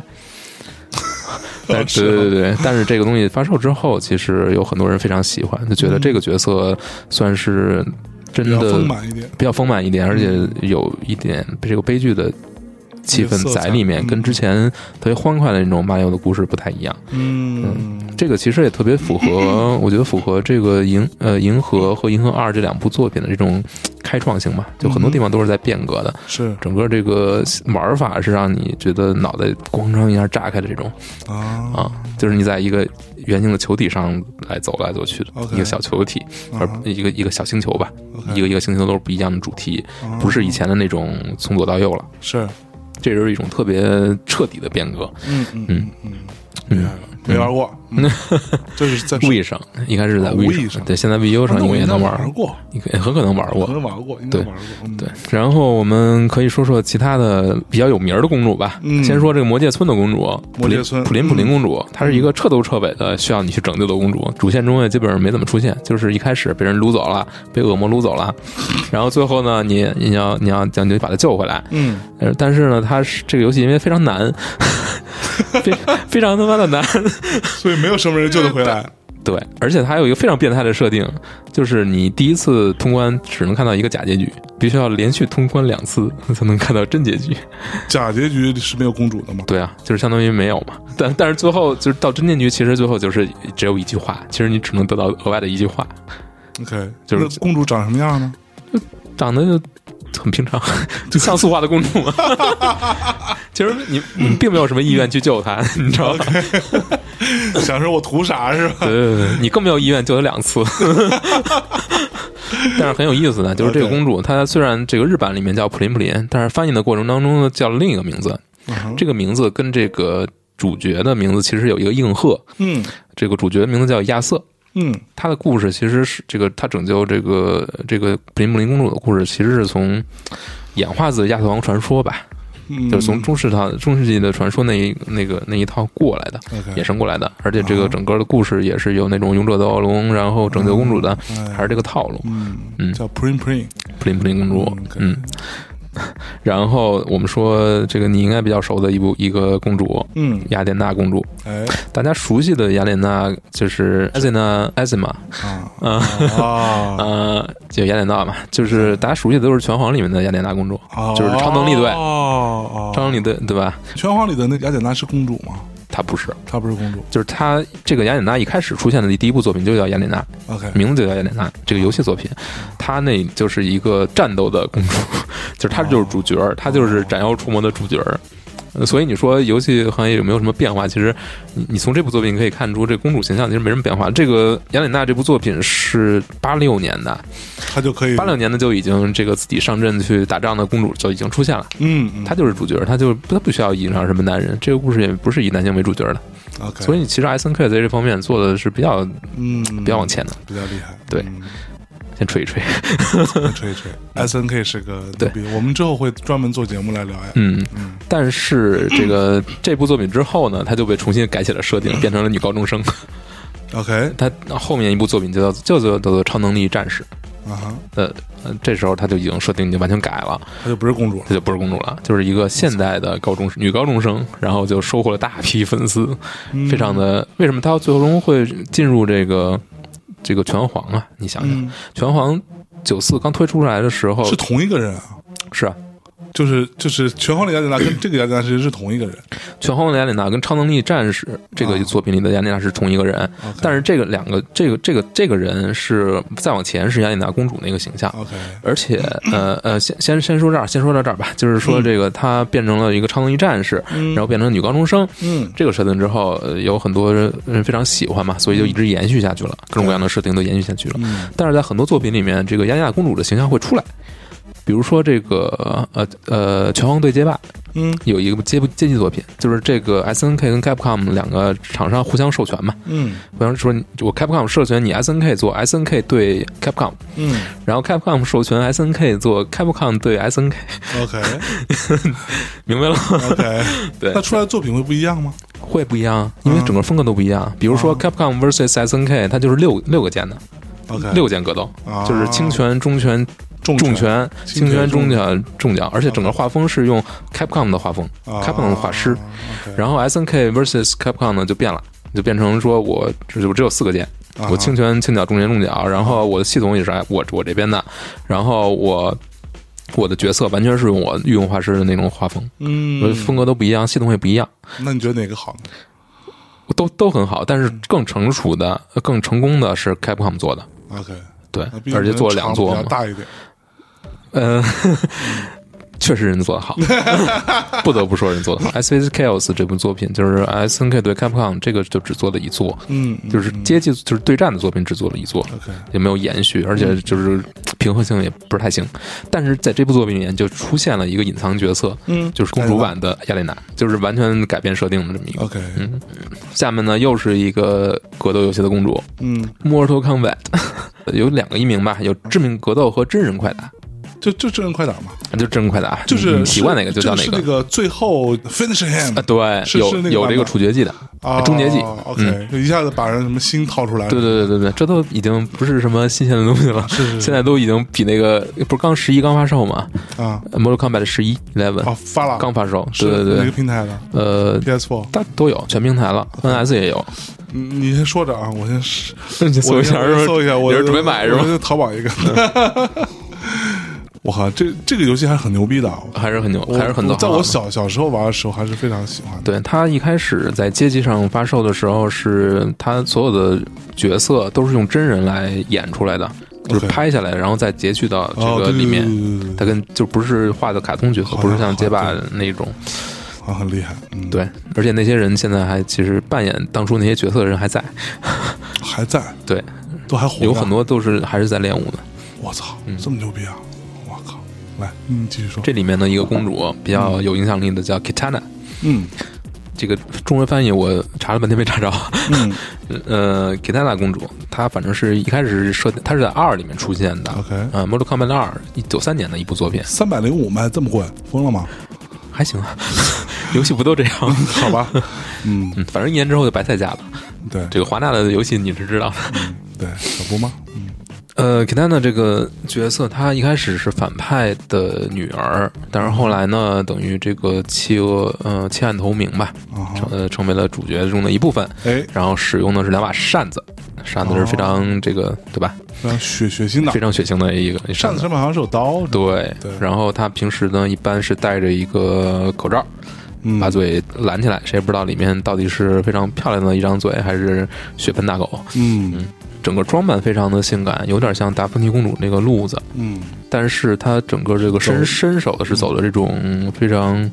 但是对吗对对对，但是这个东西发售之后，其实有很多人非常喜欢，就觉得嗯这个角色算是真比较的丰满一点，比较丰满嗯一点，而且有一点这个悲剧的气氛在里面，嗯跟之前特别欢快的那种马里奥的故事不太一样。嗯，这个其实也特别符 合，我觉得符合这个银呃银河和银河二这两部作品的这种开创性吧，就很多嗯地方都是在变革的，是整个这个玩法是让你觉得脑袋咣当一下炸开的这种啊啊，就是你在一个圆形的球体上来走来走去的 OK 啊一个小球体，而一个一个小星球吧，个一个一个星球都是不一样的主题，不是以前的那种从左到右了，啊是，这就是一种特别彻底的变革。嗯嗯嗯嗯，明白了，没玩过，嗯嗯这是 在 V 上应该是在哦 V Wii 上对，现在 VU 上那应我该应该能玩玩，过，应该很可能玩我过。能玩过，应该玩过，嗯对，，然后我们可以说说其他的比较有名儿的公主吧。嗯先说这个魔界村的公主，魔界村嗯普林普林普林公主，她是一个彻头彻尾的需要你去拯救的公嗯主。主线中也基本上没怎么出现，就是一开始被人掳走了，被恶魔掳走了，然后最后呢，你你要你要将就把她救回来，嗯，呃，但是呢，它是这个游戏因为非常难， 非非常他妈的难，所以没有什么人救得回来，对，而且它还有一个非常变态的设定，就是你第一次通关只能看到一个假结局，必须要连续通关两次 才能看到真结局。假结局是没有公主的嘛，对啊，就是相当于没有嘛。但但是最后就是到真结局，其实最后就是只有一句话，其实你只能得到额外的一句话， OK，就是那公主长什么样呢？ 长得就。很平常，就像素化的公主嘛。 其实你你并没有什么意愿去救她， 你知道吧？想说我图啥是吧？ 对对对，你更没有意愿救她两次。 但是很有意思的，就是这个 OK 公主，她虽然这个日版里面叫普林普林，但是翻译的过程当中呢，叫另一个名字。这个名字跟这个主角的名字其实有一个应和，嗯这个主角的名字叫亚瑟。嗯他的故事其实是这个，他拯救这个这个普林普林公主的故事，其实是从演化自亚瑟王传说吧，嗯，就是从中世纪中世纪的传说那一那个那一套过来的。衍 OK，生过来的，而且这啊个整个的故事也是有那种勇者斗恶龙，然后拯救公主的，还还是这个套路，哎嗯嗯叫 Prin Prin，普林普林公主嗯，，OK 嗯。 然后我们说这个你应该比较熟的一部一个公主嗯，雅典娜公主，哎大家熟悉的雅典娜就是艾 z 娜艾 n 玛，啊嗯 啊呃，就雅典娜嘛，就是大家熟悉的都是拳皇里面的雅典娜公主，啊，就是超能力队哦哦，超能力队对吧？拳皇里的那雅典娜是公主吗？她不是，她不是公主就是她这个雅典娜一开始出现的第一部作品就叫雅典娜， ，OK，名字就叫雅典娜，这个游戏作品，她那就是一个战斗的公主， 就是她就是主角儿，她就是斩妖除魔的主角儿。呃所以你说游戏行业有没有什么变化？其实你你从这部作品可以看出，这公主形象其实没什么变化。这个雅典娜这部作品是八六年的，嗯她就可以八，六年的就已经这个自己上阵去打仗的公主就已经出现了，嗯嗯，她就是主角，她就她不需要倚仗什么男人，这个故事也不是以男性为主角的。 OK，所以以其实 S N K 在这方面做的是比较嗯比较往前的，比较厉害，对嗯先吹一吹。吹一吹，S N K 是个嗯对牛逼，我们之后会专门做节目来聊呀，嗯，嗯，但是这个这部作品之后呢，她就被重新改写了设定，变成了女高中生。 OK，她后面一部作品就叫就叫叫做《超能力战士》，啊哈，呃，呃这时候他就已经设定已经完全改了，她就不是公主了。她就不是公主了，就是一个现代的高中女高中生，然后就收获了大批粉丝，嗯嗯非常的为什么她最终会进入这个这个拳皇啊？你想想，嗯，拳皇九四刚推出来的时候是同一个人啊，是啊，就是就是拳皇的雅典娜跟这个雅典娜其实是同一个人。拳皇的雅典娜跟超能力战士这个啊作品里的雅典娜是同一个人，但是这个两个这个这个这个人是再往前是雅典娜公主那个形象。 OK，而且，呃呃，先先先说这儿，先说到这儿吧。就是说，这个她变成了一个超能力战士，嗯然后变成了女高中生，嗯这个设定之后，呃有很多人人非常喜欢嘛，所以就一直延续下去了，各种各样的设定都延续下去了。嗯但是在很多作品里面，这个雅典娜公主的形象会出来，比如说这个呃呃《拳皇对街霸》嗯有一个街街机作品，就是这个 S N K 跟 Capcom 两个厂商互相授权嘛，嗯互相说你我 Capcom 授权你 S N K 做 S N K 对 Capcom，嗯然后 Capcom 授权 S N K 做 Capcom 对 S N K， ，OK 明白了吗？ OK， 对那出来的作品会不一样吗？会不一样，因为整个风格都不一样。比如说 Capcom vs S N K，它就是六六个键的， OK，六键格斗，啊就是轻拳、中拳、重重拳拳、轻轻拳拳、中拳、重脚，而且整个画风是用 Capcom 的画风啊，Capcom 的画师。 OK 然后 S N K versus Capcom 呢就变了，就变成说我只我只有四个键啊，我轻拳、轻脚、中拳、重脚，然后我的系统也是我我这边的，然后我。我的角色完全是用我御用画师的那种画风，嗯，风格都不一样，系统也不一样，那你觉得哪个好呢？都都很好。但是嗯更成熟的、更成功的是 Capcom 做的， OK，对那毕，竟而且做了两座场比嘛较。大一点。嗯，确实人 做的好，不得不说人做的好。S V Chaos 这部作品就是 S N K 对 Capcom 这个就只做了一座，嗯，嗯就是接近就是对战的作品只做了一座， OK，嗯也没有延续，而且就是平衡性也不是太行。但是在这部作品里面就出现了一个隐藏角色，嗯就是公主版的雅典娜，就是完全改变设定的这么一个。 OK，嗯下面呢又是一个格斗游戏的公主嗯， Mortal Kombat，有 两个译名吧，有致命格斗和真人快打。就就真人快打嘛，就真人快打，嗯就是你习惯哪个就叫哪这是那个最后 finish 啊， him 对，是有是那个有版这本个处决技的，啊，呃终结技嗯 OK，就一下子把人什么心掏出来了。对对对对对，这都已经不是什么新鲜的东西了，是是是现在都已经比那个不是刚十一刚发售嘛，啊， 《Mortal Kombat》十一 Eleven 哦，发了，刚发售，是对对哪个对，平台的呃， ？PS4，它都有全平台了，NS 嗯也 有，你你先说着啊，我先搜我一下是先吧？搜一下，我你是准备买是我吧？就淘宝一个。 我靠，这这个游戏还是很牛逼的啊！还是很牛，我还是很我多。在我小小时候玩的时候，还是非常喜欢的。对它一开始在街机上发售的时候，是它所有的角色都是用真人来演出来的，就是 OK 拍下来，然后再截取到这哦，个对对里面。对对对它跟就不是画的卡通角色，好不是好像街霸好那种。对，啊，很厉害，嗯，，对，而且那些人现在还其实扮演当初那些角色的人还在，还在，对，都还活着，有很多都是还是在练武的。我操，嗯这么牛逼啊！我靠，来，嗯，继续说。这里面的一个公主比较有影响力的叫 Kitana，嗯这个中文翻译我查了半天没查着。嗯呃，Kitana 公主，她反正是一开始是设定，她是在二里面出现的。 ，OK，呃，《Mortal Kombat 二》一九三年的一部作品，三百零五卖这么贵，疯 了吗？还行啊， 游戏不都这样？好吧，嗯，嗯，反正一年之后就白菜价了。对这个华纳的游戏你是知道的。对，可不吗？嗯呃，Kitana 这个角色，她一开始是反派的女儿，但是后来呢，等于这个弃恶呃弃暗投明吧，啊成哈，呃成为了主角中的一部分。哎，然后使用的是两把扇子，扇子是非常这个对吧？非常血血腥的，非常血腥的一个扇子。上面好像是有刀，对对，然后她平时呢，一般是戴着一个口罩，嗯把，嘴拦起来，谁也不知道里面到底是非常漂亮的一张嘴，还是血盆大口。嗯整个装扮非常的性感，有点像达芙妮公主那个路子。嗯，但是他整个这个走嗯身身手的是走的这种非常，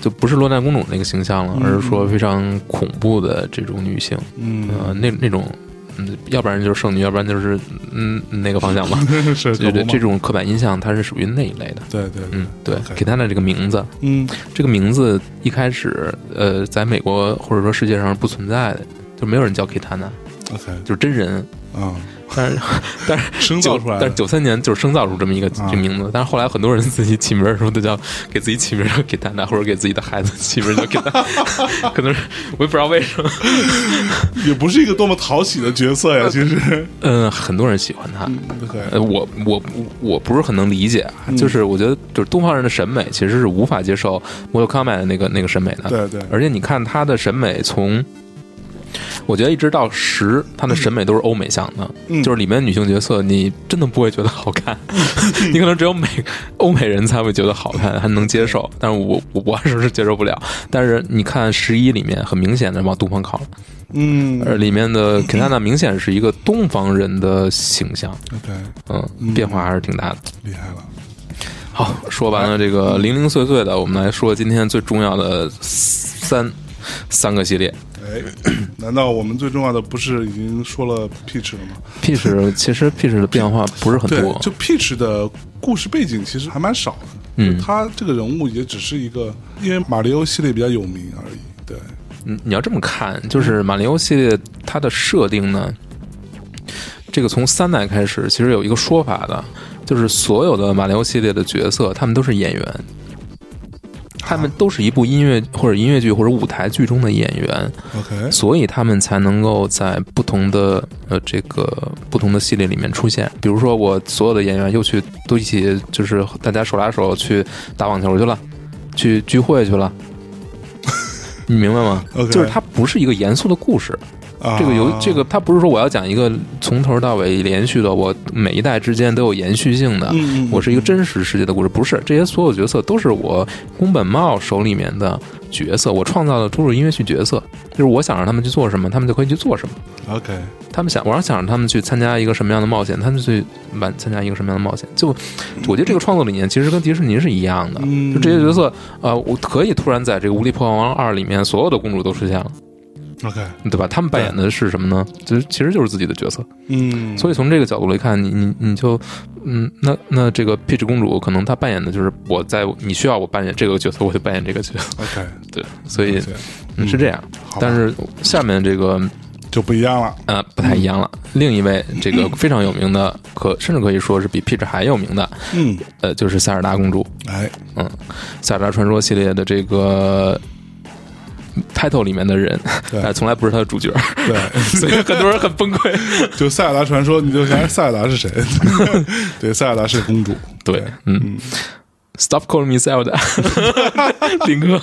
就不是落难公主那个形象了，嗯而是说非常恐怖的这种女性，呃，嗯，那那种，嗯，要不然就是剩女，要不然就是嗯那个方向 吧。 是对可对，不这吗？种刻板印象它是属于那一类的。对对，对嗯，对 OK 给他的这个名字，嗯这个名字一开始，呃，在美国或者说世界上是不存在的，就没有人叫 Kitana， ，OK，就是真人啊，但是但是生造九出来的但是。九三年就是生造出这么一个啊这名字，但是后来很多人自己起名儿的时候都叫给自己起名儿叫给蛋蛋，或者给自己的孩子起名儿叫给蛋， 可能是我也不知道为什么，也不是一个多么讨喜的角色呀，其实， 嗯嗯，很多人喜欢他。对，呃，我我我不是很能理解啊，嗯就是我觉得就是东方人的审美其实是无法接受摩托康曼的那个那个审美的，对对，而且你看他的审美从。我觉得一直到十，他的审美都是欧美向的，嗯就是里面女性角色，你真的不会觉得好看，嗯 你可能只有美欧美人才会觉得好看，还能接受。但是我我我是接受不了。但是你看十一里面，很明显的往东方靠了，嗯而里面的 k i t a n a 明显是一个东方人的形象， ，OK，嗯，变化还是挺大的。厉害了，好，说完了这个零零碎碎的，我们来说今天最重要的三三个系列。哎， 难道我们最重要的不是已经说了 Peach 了吗？ Peach 其实 Peach 的变化不是很对多，，就 Peach 的故事背景其实还蛮少的，嗯他这个人物也只是一个，因为马里奥系列比较有名而已，对，嗯你你要这么看，就是马里奥系列它的设定呢，这个从三代开始，其实有一个说法的，就是所有的马里奥系列的角色，他们都是演员，他们都是一部音乐或者音乐剧或者舞台剧中的演员， OK，所以他们才能够在不同的呃这个不同的系列里面出现。比如说，我所有的演员又去都一起，就是大家手拉手去打网球去了，去聚会去 了。你明白吗 OK 就是它不是一个严肃的故事，啊这个游这个它不是说我要讲一个从头到尾连续的，我每一代之间都有延续性的，嗯嗯嗯我是一个真实世界的故事，不是这些所有角色都是我宫本茂手里面的角色，我创造的都是音乐剧角色，就是我想让他们去做什么，他们就可以去做什么。 OK，他们想，我要想让他们去参加一个什么样的冒险，他们去完参加一个什么样的冒险。就我觉得这个创作理念其实跟迪士尼是一样的，嗯就这些角色，呃，我可以突然在这个《无敌破坏王二》里面所有的公主都出现了， OK，对吧？他们扮演的是什么呢？就是其实就是自己的角色。嗯，所以从这个角度来看，你你你就，嗯，那那这个 Peach 公主可能她扮演的就是我在你需要我扮演这个角色，我就扮演这个角色， OK，对，所以对嗯是这样。好吧但是下面这个就不一样了，呃不太一样了，另一位这个非常有名的，可甚至可以说是比 Peach 还有名的，嗯，呃，就是塞尔达公主，哎，嗯，塞尔达传说系列的这个 title 里面的人，对但从来不是她的主角，对，所以很多人很崩溃。就塞尔达传说，你就想哎塞尔达是谁？ 对，塞尔达是公主。对，嗯，Stop calling me Zelda，林哥，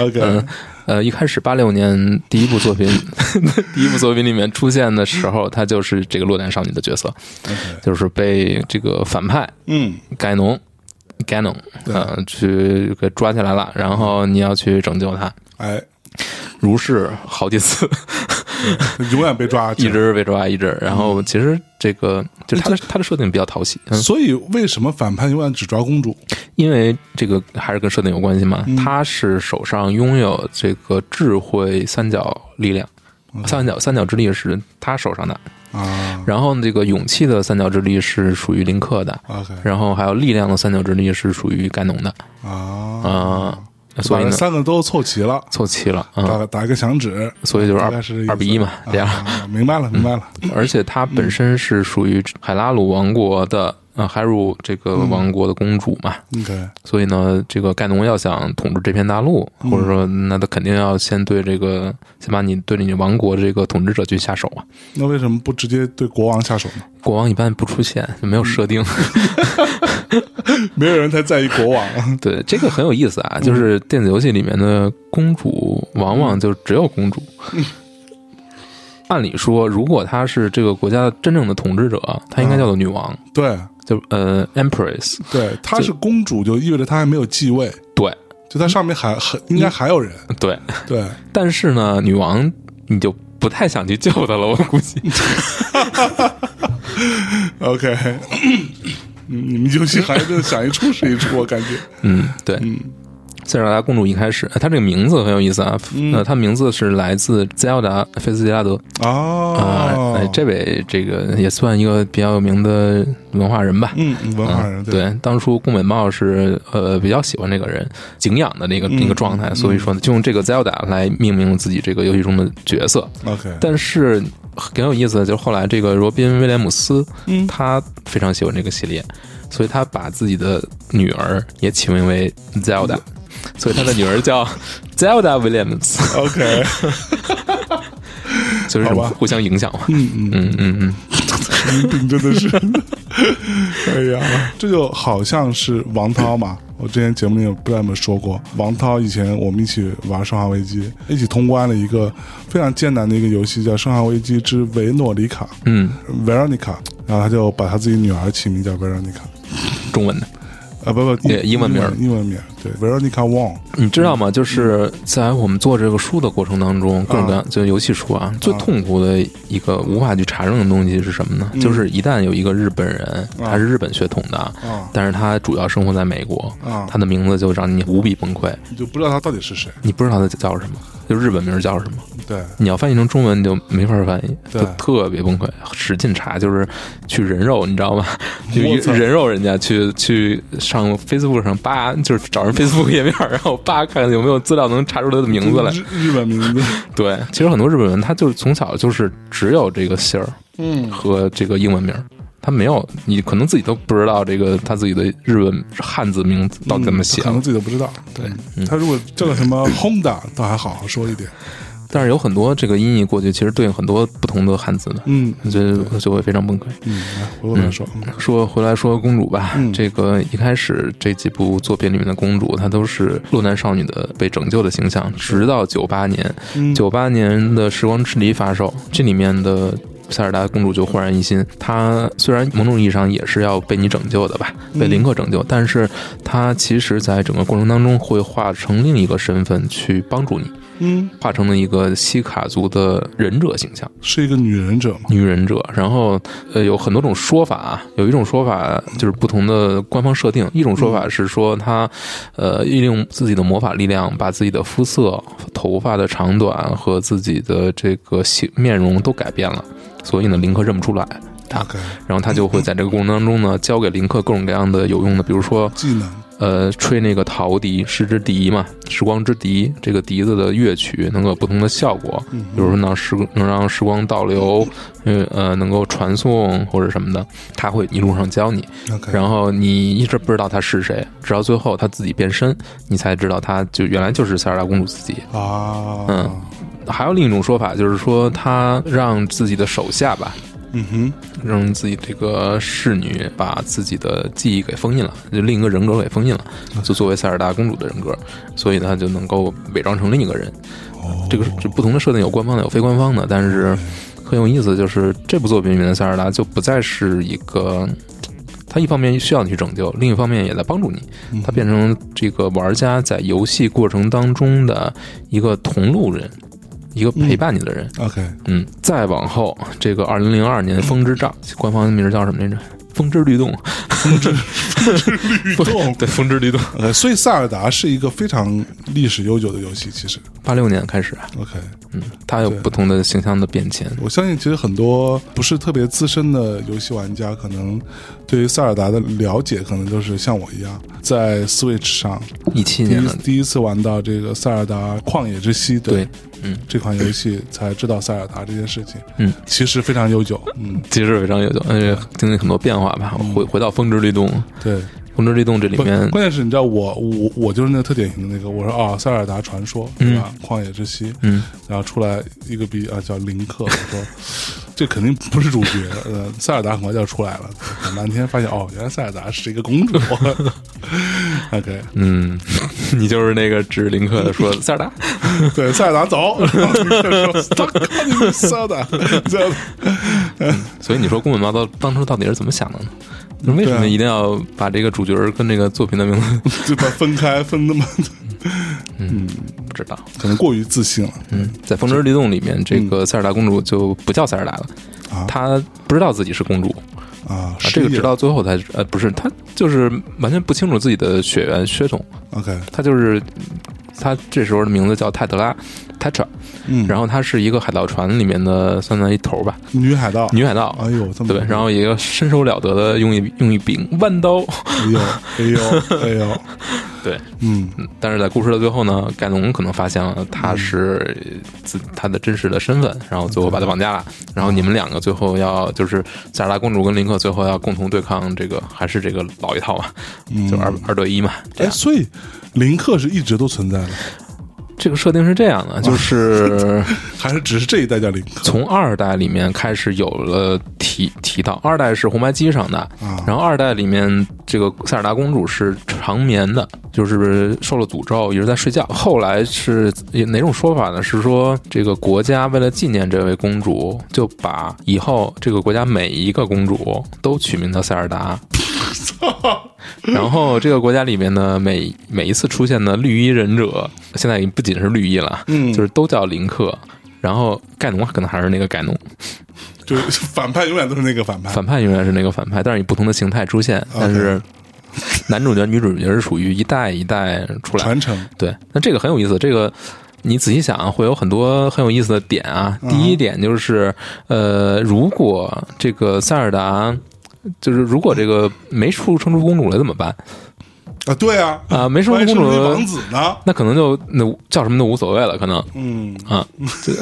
OK，、嗯，呃，一开始八六年第一部作品， 第一部作品里面出现的时候，她就是这个落单少女的角色，就是被这个反派嗯，盖农。盖农，呃，去给抓起来了，然后你要去拯救他，哎，如是好几次，永远被抓， 一直被抓，一直。然后其实这个就是他的他的设定比较讨喜，嗯，所以为什么反派永远只抓公主？因为这个还是跟设定有关系嘛，嗯他是手上拥有这个智慧三角力量，嗯三角三角之力是他手上的，啊然后这个勇气的三角之力是属于林克的， ，OK 然后还有力量的三角之力是属于盖农的，啊，啊、所把以这呢三个都凑齐了，凑齐了，嗯、打打一个响指，所以就是大二概是这意思二比一嘛，这样，啊，明白了，明白了。而且她本身是属于海拉鲁王国的。呃，海鲁这个嗯王国的公主嘛， OK，所以呢，这个盖农要想统治这片大陆，或者说，那他肯定要先对这个，先把你对你王国这个统治者去下手啊。那为什么不直接对国王下手呢？国王一般不出现，就没有设定。没有人太在意国王。 对，这个很有意思啊，就是电子游戏里面的公主，往往就只有公主。按理说，如果她是这个国家真正的统治者，她应该叫做女王，对就呃 empress。对，她是公主，就意味着她还没有继位，对就她上面还很应该还有人。对，对，但是呢，女王你就不太想去救她了，我估计。 OK，嗯你们游戏行业真的想一出是一出，我感觉。嗯，对，塞尔达公主一开始，呃她这个名字很有意思啊，嗯呃，她名字是来自 Zelda 菲茨杰拉德啊、哦，哎，这位这个也算一个比较有名的文化人吧。呃嗯，文化人对，当初宫本茂是呃比较喜欢这个人，敬仰的那嗯个那个状态，所以说呢，就用这个 Zelda 来命名了自己这个游戏中的角色。 ，OK，但是很有意思的就是后来这个罗宾威廉姆斯，嗯他非常喜欢这个系列，所以他把自己的女儿也起名为 Zelda，所以他的女儿叫 Zelda Williams， OK，就是这好种吧互相影响嘛。嗯嗯。嗯嗯嗯， 您病真的是，哎呀，这就好像是王涛嘛。我之前节目里有不知道有没有说过，王涛以前我们一起玩《生化危机》，一起通关了一个非常艰难的一个游戏，叫《生化危机之维诺里卡》嗯 （Veronica），然后他就把他自己女儿起名叫 Veronica，中文的。啊，不不，对英文名儿英文名儿对 Veronica Wong，你知道吗？就是在我们做这个书的过程当中，各种各样就游戏书啊，最痛苦的一个无法去查证的东西是什么嗯呢？就是一旦有一个日本人，他是日本血统的，啊但是他主要生活在美国，啊，他的名字就让你无比崩溃，你就不知道他到底是谁，你不知道他叫什么，就日本名儿叫什么。对，你要翻译成中文你就没法翻译，对就特别崩溃，使劲查，就是去人肉，你知道 吗？就我一操人肉人家去去上 Facebook 上扒，就是找人 Facebook 页面， 然后扒看看有没有资料能查出他的名字来。日日本名 字，对，其实很多日本人他就是从小就是只有这个姓儿嗯，和这个英文名儿。他没有，你可能自己都不知道这个他自己的日文汉字名字到底怎么嗯写可了。嗯能自己都不知道。对他如果叫个什 么 Honda，倒还好好说一点。但是有很多这个音译过去，其实对应很多不同的汉字的，嗯我觉得就会非常崩溃。嗯，来回头再说。嗯说回来说公主吧，嗯这个一开始这几部作品里面的公主，她都是落难少女的被拯救的形象，直到九八年，嗯九八年的《时光之笛》发售，这里面的。塞尔达公主就焕然一新，她虽然某种意义上也是要被你拯救的吧，嗯被林克拯救，但是她其实在整个过程当中会化成另一个身份去帮助你，嗯，化成了一个西卡族的忍者形象。是一个女忍者嘛？女忍者，然后呃有很多种说法啊，有一种说法就是不同的官方设定，一种说法是说她呃利用自己的魔法力量，把自己的肤色、头发的长短和自己的这个形面容都改变了，所以呢林克认不出来，大概然后他就会在这个过程当中呢教给林克各种各样的有用的，比如说技能，呃，吹那个陶笛，是支笛嘛，时光之笛，这个笛子的乐曲能够有不同的效果，嗯比如说让时能让时光倒流，呃呃，能够传送或者什么的，他会一路上教你， OK，然后你一直不知道他是谁，直到最后他自己变身，你才知道他就原来就是塞尔达公主自己。啊，嗯还有另一种说法就是说，他让自己的手下吧，嗯让自己这个侍女把自己的记忆给封印了，就另一个人格给封印了，就作为塞尔达公主的人格，所以呢她就能够伪装成另一个人。哼，哦，这个是就不同的设定有官方的，有非官方的，但是很有意思，就是这部作品里面的塞尔达就不再是一个。他一方面需要你去拯救，另一方面也在帮助你。嗯他变成这个玩家在游戏过程当中的一个同路人，一个陪伴你的人。 OK，嗯，再往后，这个二零零二年《风之杖》官方名儿叫什么来着？风之律动，律动。 对，风之律动， OK，所以塞尔达是一个非常历史悠久的游戏，其实八六年开始， OK，嗯，它有对不同的形象的变迁，我相信其实很多不是特别资深的游戏玩家，可能对于塞尔达的了解，可能就是像我一样，在 Switch 上一七第年一的，第一次玩到这个《塞尔达旷野之息》的对，嗯，这款游戏，才知道塞尔达这件事情。嗯，其实非常悠久。嗯，其实非常悠久，而且经历很多变化吧。回回到《风之律动》，《对。风之律动》这里嗯不面，关键是你知道我我我就是那个特典型的那个，我说啊，塞尔达传说对吧？旷野之息，嗯，然后出来一个逼啊叫林克，我说 这肯定不是主角。呃，塞尔达很快就要出来了，等半天发现哦，原来塞尔达是一个公主。OK，嗯， 你就是那个指林克的说 塞尔达，对，塞尔达走，然后林克说他靠你是塞尔达，塞尔达所以你说宫本茂到当初到底是怎么想的呢？就是为什么对啊一定要把这个主角儿跟这个作品的名字就把分开分那 么，不知道？可能过于自信了。嗯，在《风之律动》里面，这个塞尔达公主就不叫塞尔达了，嗯啊她不知道自己是公主，啊，啊这个失业直到最后才呃不是，她就是完全不清楚自己的血缘血统， OK，她就是她这时候的名字叫泰德拉 Tetra，嗯，然后她是一个海盗船里面的算作一头吧，女海盗，女海盗。哎呦，这么对，然后一 个身手了得的用一用一柄弯刀，哎呦，哎呦，哎呦， 对，嗯，但是在故事的最后呢，盖农可能发现了他是自他的真实的身份，然后最后把他绑架了。然后你们两个最后要就是塞尔达公主跟林克最后要共同对抗这个，还是这个老一套嘛，就二二对一嘛。嗯这哎，样所以林克是一直都存在的，这个设定是这样的，就是 还是只是这一代叫林克？从二代里面开始有了提提到，二代是红白机上的，然后二代里面这个塞尔达公主是长眠的，就是受了诅咒，一直在睡觉。后来是呃哪种说法呢？是说这个国家为了纪念这位公主，就把以后这个国家每一个公主都取名叫塞尔达。然后这个国家里面呢，每每一次出现的绿衣忍者，现在已经不仅是绿衣了，嗯就是都叫林克。然后盖农可能还是那个盖农，就是反派永远都是那个反派。反派永远是那个反派，但是以不同的形态出现。啊但是男主角、女主角是属于一代一代出来。传承，对，那这个很有意思。这个你仔细想啊，会有很多很有意思的点啊。第一点就是，呃，如果这个塞尔达。就是如果这个没出生出公主来怎么办啊，对啊，啊、没出万生一出是不是公主王，子呢？那可能就那叫什么都无所谓了，可能。嗯，啊，这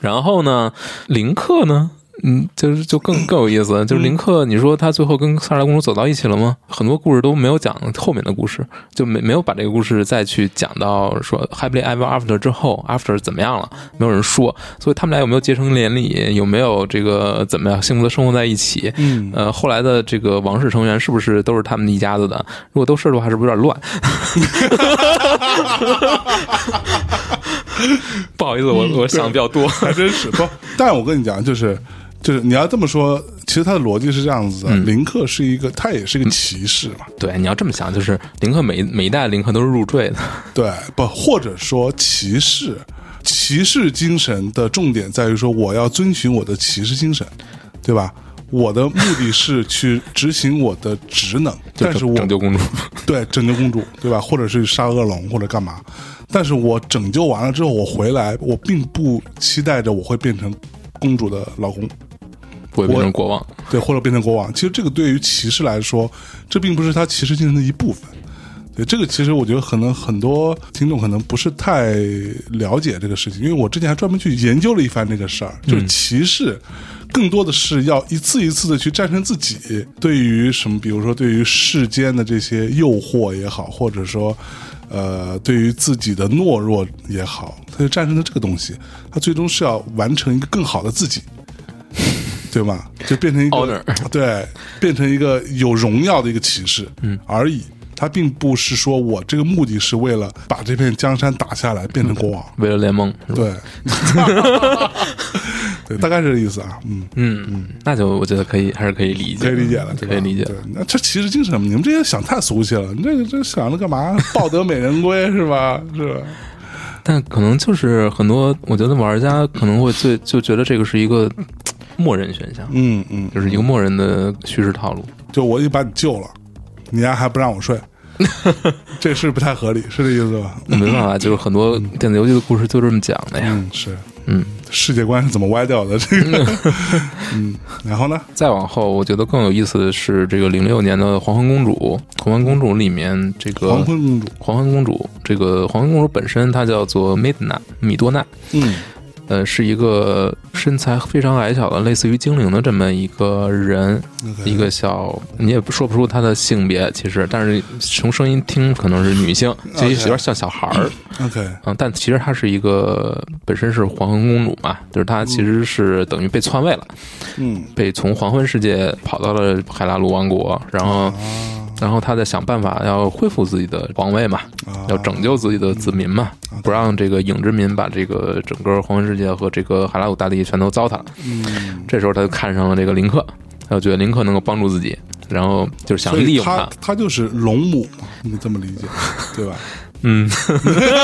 然后呢，林克呢？嗯，就是就更更有意思，就是林克，你说他最后跟塞尔达公主走到一起了吗？很多故事都没有讲后面的故事，就没没有把这个故事再去讲到说 happily ever after 之后，after 怎么样了，没有人说，所以他们俩有没有结成连理，有没有这个怎么样幸福的生活在一起？嗯，呃，后来的这个王室成员是不是都是他们一家子的？如果都是的话，是不是有点乱？ 不好意思，我我想的比较多。还真是不。但我跟你讲，就是就是你要这么说，其实他的逻辑是这样子的：嗯林克是一个，他也是一个骑士嘛，对，你要这么想，就是林克每每一代林克都是入赘的，对，不，或者说骑士。骑士精神的重点在于说，我要遵循我的骑士精神，对吧？我的目的是去执行我的职能，就但是拯我拯救公主。对，拯救公主，对吧？或者是杀恶龙，或者干嘛？但是我拯救完了之后，我回来，我并不期待着我会变成公主的老公，不会变成国王，对，或者变成国王。其实这个对于骑士来说，这并不是他骑士精神的一部分。对，这个其实我觉得可能很多听众可能不是太了解这个事情，因为我之前还专门去研究了一番这个事儿，就是骑士。更多的是要一次一次的去战胜自己，对于什么，比如说对于世间的这些诱惑也好，或者说，呃，对于自己的懦弱也好，他就战胜了这个东西，他最终是要完成一个更好的自己，对吧？就变成一个 Honor 对，变成一个有荣耀的一个骑士，嗯，而已。他并不是说我这个目的是为了把这片江山打下来，变成国王。为了联盟。是吧 对，对，大概是这个意思啊，嗯，嗯，那就我觉得可以，还是可以理解，嗯可以理解了，对吧可以理解对。，那这骑士精神，你们这些想太俗气了，你这个这想着干嘛？抱得美人归是吧？是吧？但可能就是很多，我觉得玩家可能会最就觉得这个是一个嗯默认选项，嗯嗯，就是一个默认的叙事套路。就我已经把你救了，你丫还不让我 睡，这事不太合理，是这意思吧？没办法，就是很多电子游戏的故事就这么讲的呀。嗯，是。嗯，世界观是怎么歪掉的？这 个，嗯，然后呢？再往后，我觉得更有意思的是这个零六年的《黄昏公主》，《黄昏公主》里面这个黄昏公主，黄昏公主，这个黄昏公主本身她叫做 Midna 米多娜，嗯呃，是一个身材非常矮小的，类似于精灵的这么一个人， ，OK，一个小，你也不说不出她的性别，其实，但是从声音听可能是女性，其实有点像小孩儿， OK，嗯，但其实她是一个本身是黄昏公主嘛，就是她其实是等于被篡位了，嗯被从黄昏世界跑到了海拉鲁王国，然啊后，然后她在想办法要恢复自己的皇位嘛，啊，要拯救自己的子民嘛，不让这个影之民把这个整个黄昏世界和这个海拉鲁大地全都糟蹋了。嗯，这时候他就看上了这个林克，他就觉得林克能够帮助自己，然后就是想所利以用她他。她就是龙母，你这么理 解，对吧？嗯，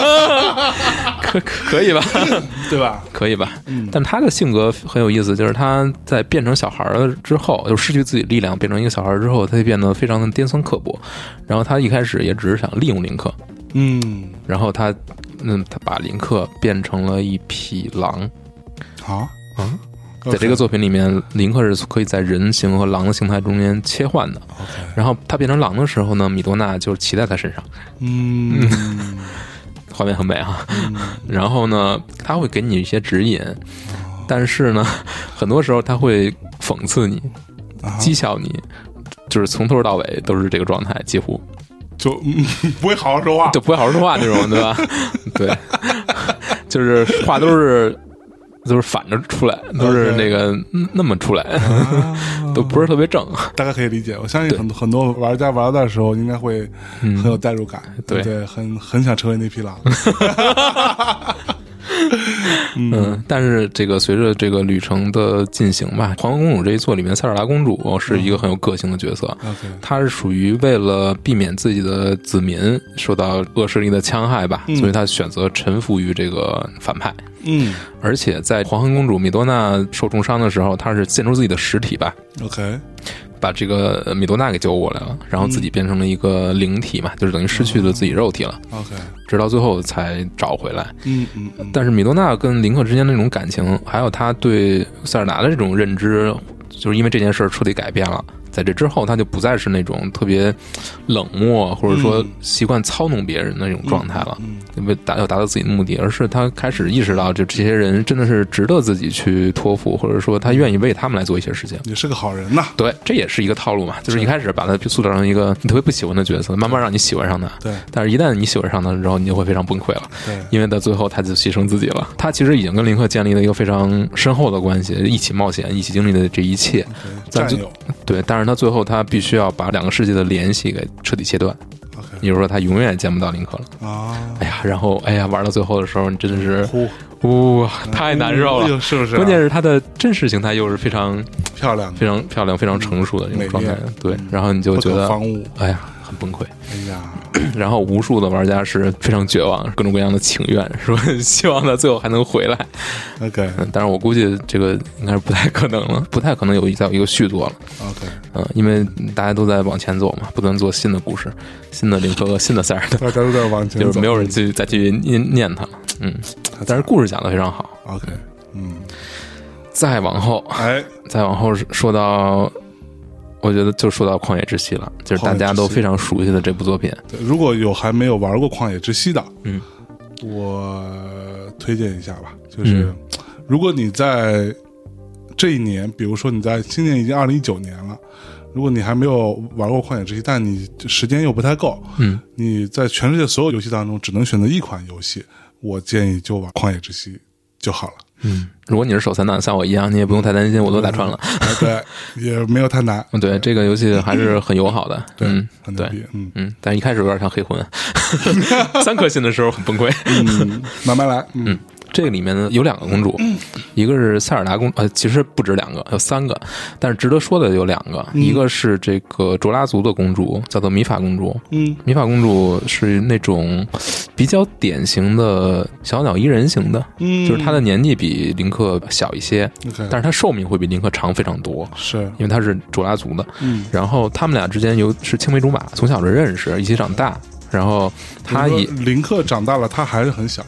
可可可以吧？对吧？可以吧？但他的性格很有意思，就是他在变成小孩儿了之后，就失去自己力量，变成一个小孩儿之后，他就变得非常的颠三刻薄。然后他一开始也只是想利用林克，嗯，然后他，嗯，他把林克变成了一匹狼。好啊，在这个作品里面，林克是可以在人形和狼的形态中间切换的。然后他变成狼的时候呢，米多纳就是骑在他身上，嗯，画面很美啊。然后呢，他会给你一些指引，但是呢，很多时候他会讽刺你、啊讥笑你，就是从头到尾都是这个状态，几乎就嗯 不会好好说话，就不会好好说话那种，对 吧？对，就是话都是都是反着出来，都是 OK 那个嗯那么出来，啊都不是特别正。大概可以理解。我相信很多很多玩家玩到的时候，应该会嗯很有代入感，对对不对，很很想成为那匹狼。嗯，但是这个随着这个旅程的进行吧，《皇后公主》这一作里面，塞尔达公主是嗯一个很有个性的角色。 OK，她是属于为了避免自己的子民受到恶势力的戕害吧，嗯所以她选择臣服于这个反派。嗯而且在黄昏公主米多娜受重伤的时候，她是献出自己的实体吧， ，OK，把这个米多娜给救过来了，然后自己变成了一个灵体嘛，就是等于失去了自己肉体了， OK，直到最后才找回来。嗯嗯嗯，但是米多纳跟林克之间的那种感情，还有他对塞尔达的这种认知，就是因为这件事儿彻底改变了。在这之后，他就不再是那种特别冷漠，或者说嗯习惯操弄别人的那种状态了，嗯为达要达到自己的目的，而是他开始意识到，就这些人真的是值得自己去托付，或者说他愿意为他们来做一些事情。你是个好人呐，对，这也是一个套路嘛，就是一开始把他塑造成一个你特别不喜欢的角色，慢慢让你喜欢上他。对但是，一旦你喜欢上他之后，你就会非常崩溃了。对，因为到最后他就牺牲自己了。他其实已经跟林克建立了一个非常深厚的关系，一起冒险，一起经历的这一切。 OK，咱战就友对，但是他最后他必须要把两个世界的联系给彻底切断， ，OK 也就是说他永远也见不到林克了。啊，哎呀，然后哎呀，玩到最后的时候，你真的是呼，哇、太难受哎了。呦是不是啊？哎关键是他的真实形态又是非常漂亮，非常漂亮、非常成熟的这种状态美艳，对，然后你就不觉可得防务，哎呀很崩溃。哎呀，然后无数的玩家是非常绝望，各种各样的请愿，说希望他最后还能回来。 OK 嗯，但是我估计这个应该是不太可能了， 不太可能有一再有一个续作了。 OK，嗯，因为大家都在往前走嘛，不断做新的故事、嗯新的林克和新的塞尔达，大家都在往前走，嗯就是没有人去再去念念它了。嗯，但是故事讲的非常好。 OK，嗯，再往后，哎，再往后说到，我觉得就说到《旷野之息》了，就是大家都非常熟悉的这部作品。对如果有还没有玩过《旷野之息》的，嗯，我推荐一下吧，就是、嗯如果你在这一年，比如说你在今年已经二零一九年了，如果你还没有玩过《旷野之息》，但你时间又不太够，嗯，你在全世界所有游戏当中只能选择一款游戏，我建议就玩《旷野之息》就好了。嗯，如果你是手残党，像我一样，你也不用太担心，我都打穿了。哎 对，也没有太难，嗯，对，这个游戏还是很友好的。对，嗯，很牛对。逼，嗯嗯，但是一开始有点像黑魂， 三颗星的时候很崩溃。嗯，慢慢来，嗯这个里面呢有两个公主，一个是塞尔达公，呃，其实不止两个，有三个，但是值得说的有两个，一个是这个卓拉族的公主，叫做米法公主。嗯米法公主是那种比较典型的小鸟依人型的，嗯，就是她的年纪比林克小一些， OK，但是她寿命会比林克长非常多，嗯是，因为她是卓拉族的。嗯，然后他们俩之间有是青梅竹马，从小就认识，一起长大。然后他比如也说林克长大了，他还是很小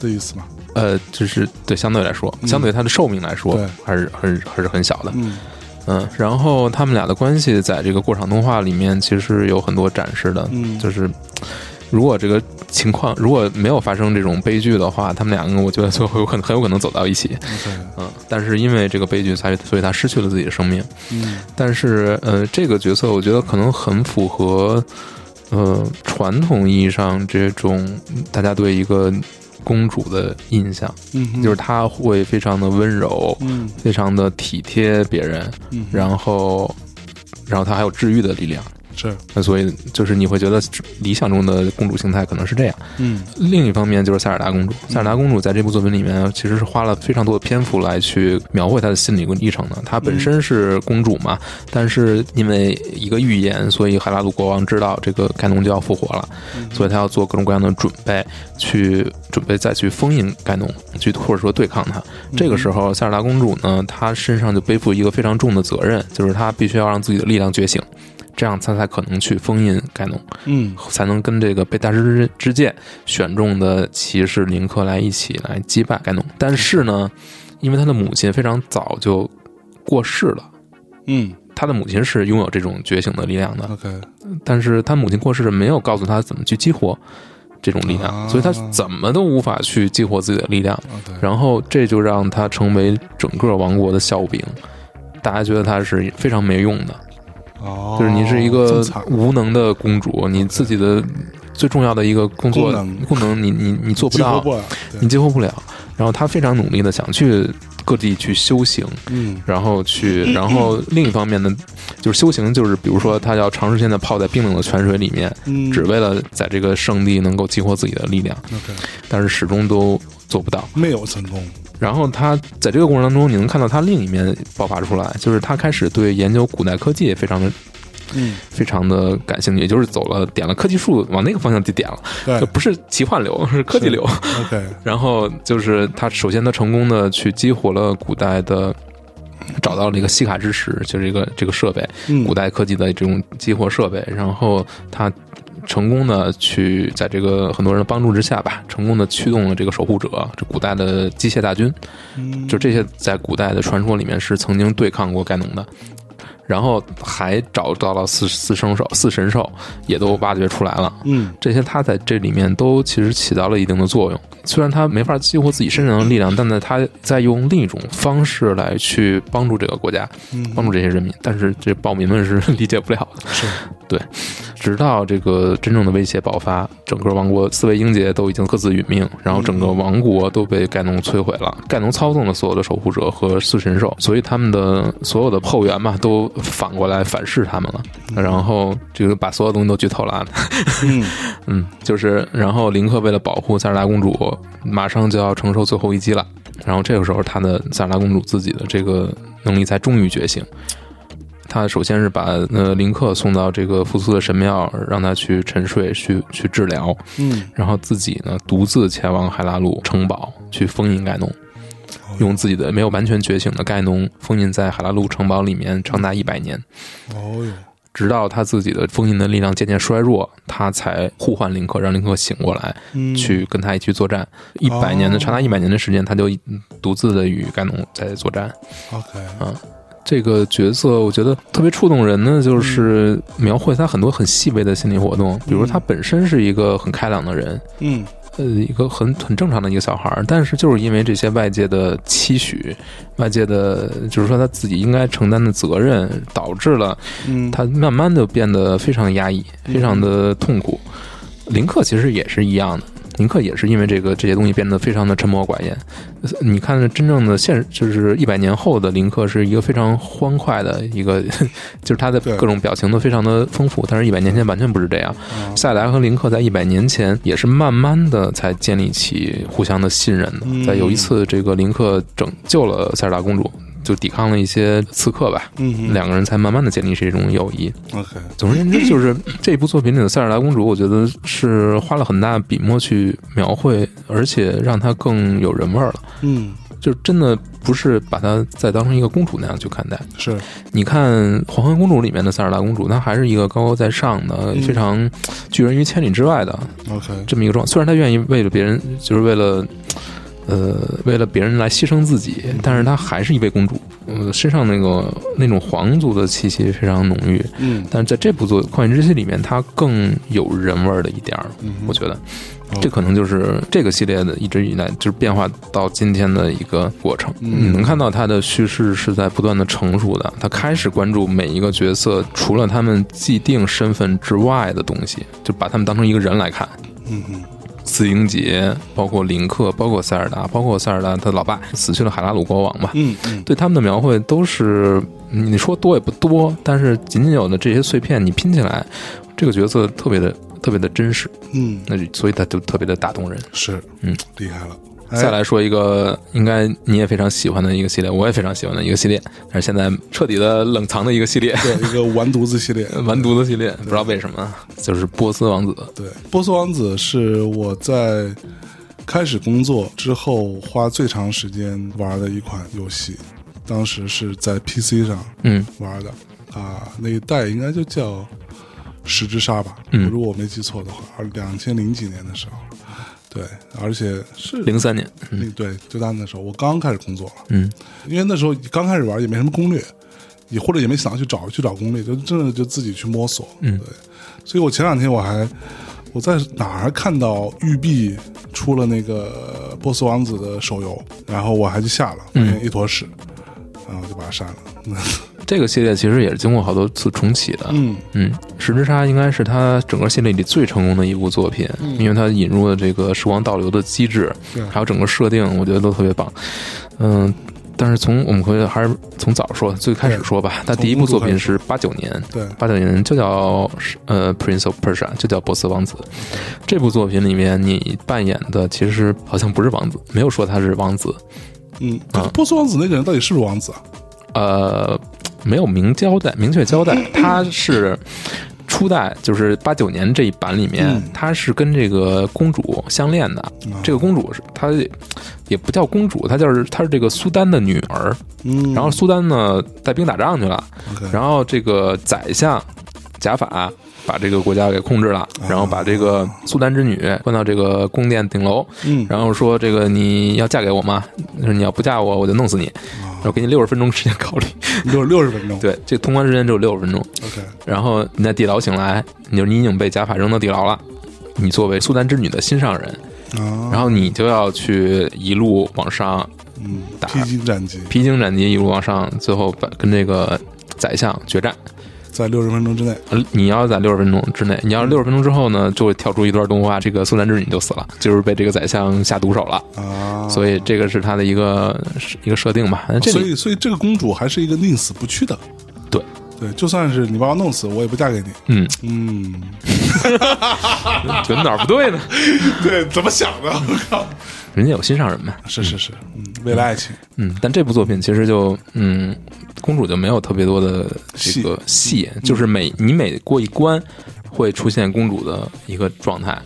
的意思嘛？呃，就是对相对来说，相对他的寿命来说，嗯对还是还是还是很小的。嗯嗯，然后他们俩的关系在这个过场动画里面其实有很多展示的，嗯，就是如果这个情况如果没有发生这种悲剧的话，他们两个我觉得就会有很很有可能走到一起。 OK，嗯，但是因为这个悲剧，才所以他失去了自己的生命。嗯但是呃，这个角色我觉得可能很符合呃传统意义上这种大家对一个公主的印象，嗯哼，就是她会非常的温柔，嗯非常的体贴别人，嗯哼，然后然后她还有治愈的力量。是那所以就是你会觉得理想中的公主形态可能是这样。嗯另一方面就是塞尔达公主，塞尔达公主在这部作品里面其实是花了非常多的篇幅来去描绘她的心理历程的。她本身是公主嘛，但是因为一个预言，所以海拉鲁国王知道这个盖农就要复活了，所以他要做各种各样的准备，去准备再去封印盖农，去或者说对抗他。这个时候，塞尔达公主呢，她身上就背负一个非常重的责任，就是她必须要让自己的力量觉醒。这样，她才可能去封印盖农，嗯才能跟这个被大师之剑选中的骑士林克来一起来击败盖农。但是呢，因为他的母亲非常早就过世了，嗯他的母亲是拥有这种觉醒的力量的， ，OK，但是他母亲过世没有告诉他怎么去激活这种力量，啊所以他怎么都无法去激活自己的力量。 OK，然后这就让他成为整个王国的笑柄，大家觉得他是非常没用的，哦，就是你是一这么个惨无能的公主，你自己的最重要的一个工作功能功能，你你你做不激活到，不了，对你激活不了。然后他非常努力的想去各地去修行，嗯然后 去，然后另一方面呢，就是修行，就是比如说他要长时间的泡在冰冷的泉水里面，嗯，只为了在这个圣地能够激活自己的力量， OK，但是始终都做不到。没有成功，然后他在这个过程当中，你能看到他另一面爆发出来，就是他开始对研究古代科技也非常的嗯，非常的感兴趣，也就是走了点了科技树往那个方向去点了，对就不是奇幻流， 是科技流。 ，OK，然后就是他首先他成功的去激活了古代的，找到了一个西卡之石，就是一个这个设备，嗯，古代科技的这种激活设备，然后他成功的去在这个很多人的帮助之下吧，成功的驱动了这个守护者，这古代的机械大军，嗯就这些在古代的传说里面是曾经对抗过盖农的。然后还找到了四四圣兽、四神兽，也都挖掘出来了。嗯这些他在这里面都其实起到了一定的作用。虽然他没法激活自己身上的力量，但呢，他在用另一种方式来去帮助这个国家，嗯，帮助这些人民。但是这暴民们是 理解不了的。是直到这个真正的威胁爆发，整个王国四位英杰都已经各自殒命，然后整个王国都被盖农摧毁了。盖农操纵了所有的守护者和四神兽，所以他们的所有的后援嘛，都反过来反噬他们了。然后这个把所有东西都剧透了啊，嗯嗯，就是，然后林克为了保护塞尔达公主，马上就要承受最后一击了。然后这个时候，她的塞尔达公主自己的这个能力才终于觉醒。她首先是把呃林克送到这个复苏的神庙，让他去沉睡，去去治疗。嗯，然后自己呢，独自前往海拉鲁城堡去封印盖农，用自己的没有完全觉醒的盖农封印在海拉鲁城堡里面长达一百年。哦哟，直到他自己的封印的力量渐渐衰弱，他才呼唤林克，让林克醒过来，嗯去跟他一起作战。一百年的长达一百年的时间，他就独自的与盖农在作战。 ，OK，这个角色我觉得特别触动人的，就是描绘他很多很细微的心理活动，比如他本身是一个很开朗的人，嗯呃，一个很很正常的一个小孩儿，但是就是因为这些外界的期许，外界的就是说他自己应该承担的责任，导致了嗯，他慢慢的变得非常压抑，非常的痛苦。林克其实也是一样的，林克也是因为这个这些东西变得非常的沉默寡言。呃你看，真正的现实就是一百年后的林克是一个非常欢快的一个， 就是他的对各种表情都非常的丰富，但是一百年前完全不是这样。啊塞达和林克在一百年前也是慢慢的才建立起互相的信任的。嗯在有一次，这个林克拯救了塞尔达公主，就抵抗了一些刺客吧，嗯两个人才慢慢的建立起这种友谊。 OK，总而言之，就是 这部作品里的塞尔达公主，我觉得是花了很大笔墨去描绘，而且让她更有人味儿了。嗯就真的不是把她再当成一个公主那样去看待。是你看《黄昏公主》里面的塞尔达公主，她还是一个高高在上的、嗯非常拒人于千里之外的 OK，这么一个状态。虽然她愿意为了别人，就是为了。呃，为了别人来牺牲自己，但是她还是一位公主，呃，身上那个那种皇族的气息非常浓郁，嗯但是在这部作《旷野之息》里面，它更有人味儿的一点儿，嗯，哦我觉觉得这可能就是这个系列的一直以来就是变化到今天的一个过程。嗯你能看到它的叙事是在不断的成熟的，它开始关注每一个角色除了他们既定身份之外的东西，就把他们当成一个人来看。嗯嗯四英杰，包括林克，包括塞尔达，包括塞尔达他老爸死去了海拉鲁国王嘛，嗯嗯对他们的描绘都是嗯你说多也不多，但是仅仅有的这些碎片你拼起来，这个角色特别的特别的真实，嗯那就所以他就特别的打动人。是，嗯，厉害了，哎再来说一个应该你也非常喜欢的一个系列，我也非常喜欢的一个系列，但是现在彻底的冷藏的一个系列， 哎对一个完犊子系列，完犊子系列，不知道为什么，就是波斯王子。对，波斯王子是我在开始工作之后花最长时间玩的一款游戏，当时是在 PC 上嗯玩的啊，那一代应该就叫十之沙吧，嗯如果我没记错的话，二两千零几年的时候。对，而且是零三年，那对最大那时候，我刚开始工作了，嗯，因为那时候刚开始玩也没什么攻略，也或者也没想到去找去找攻略，就真的就自己去摸索，嗯对。所以我前两天我还我在哪儿看到育碧出了那个《波斯王子》的手游，然后我还去下了，嗯发现一坨屎，然后就把它删了。这个系列其实也是经过好多次重启的。嗯，嗯，《十之杀》应该是他整个系列里最成功的一部作品，因为它引入了这个时光倒流的机制，对还有整个设定，我觉得都特别棒。嗯，但是从我们回还是从早说，最开始说吧。他第一部作品是八九年，对，八九年就叫呃《Prince of Persia》，就叫《波斯王子》。这部作品里面，你扮演的其实好像不是王子，没有说他是王子，嗯，啊波斯王子那个人到底是不是王子啊？呃，没有明交代，明确 交代，他是。初代就是八九年这一版里面嗯，哦他是跟这个公主相恋的。这个公主是她也不叫公主，她就是她是这个苏丹的女儿。嗯，然后苏丹呢带兵打仗去了， OK 然后这个宰相贾法把这个国家给控制了，哦然后把这个苏丹之女关到这个宫殿顶楼，嗯然后说这个你要嫁给我吗？就是你要不嫁我，我就弄死你，哦然后给你六十分钟时间考虑。六六十分钟，对，这通关时间只有六十分钟， ，OK，啊然后你在地牢醒来，你就你已经被贾法扔到地牢了。你作为苏丹之女的心上人，啊，然后你就要去一路往上嗯，打披荆斩棘，披荆斩棘，一路往上，最后把跟这个宰相决战。在六十分钟之内，呃你要在六十分钟之内，你要是六十分钟之后呢，就会跳出一段动画，这个苏丹之女就死了，就是被这个宰相下毒手了。啊，所以这个是他的一个是一个设定吧。那这所里以所以这个公主还是一个宁死不屈的，对，对，就算是你把我弄死，我也不嫁给你。嗯，嗯，觉得哪儿 不 对呢？对，怎么想的？我靠，人家有心上人嘛。 是是是，嗯，为了爱情，嗯，但这部作品其实就嗯，公主就没有特别多的这个戏，就是每你每过一关会出现公主的一个状态，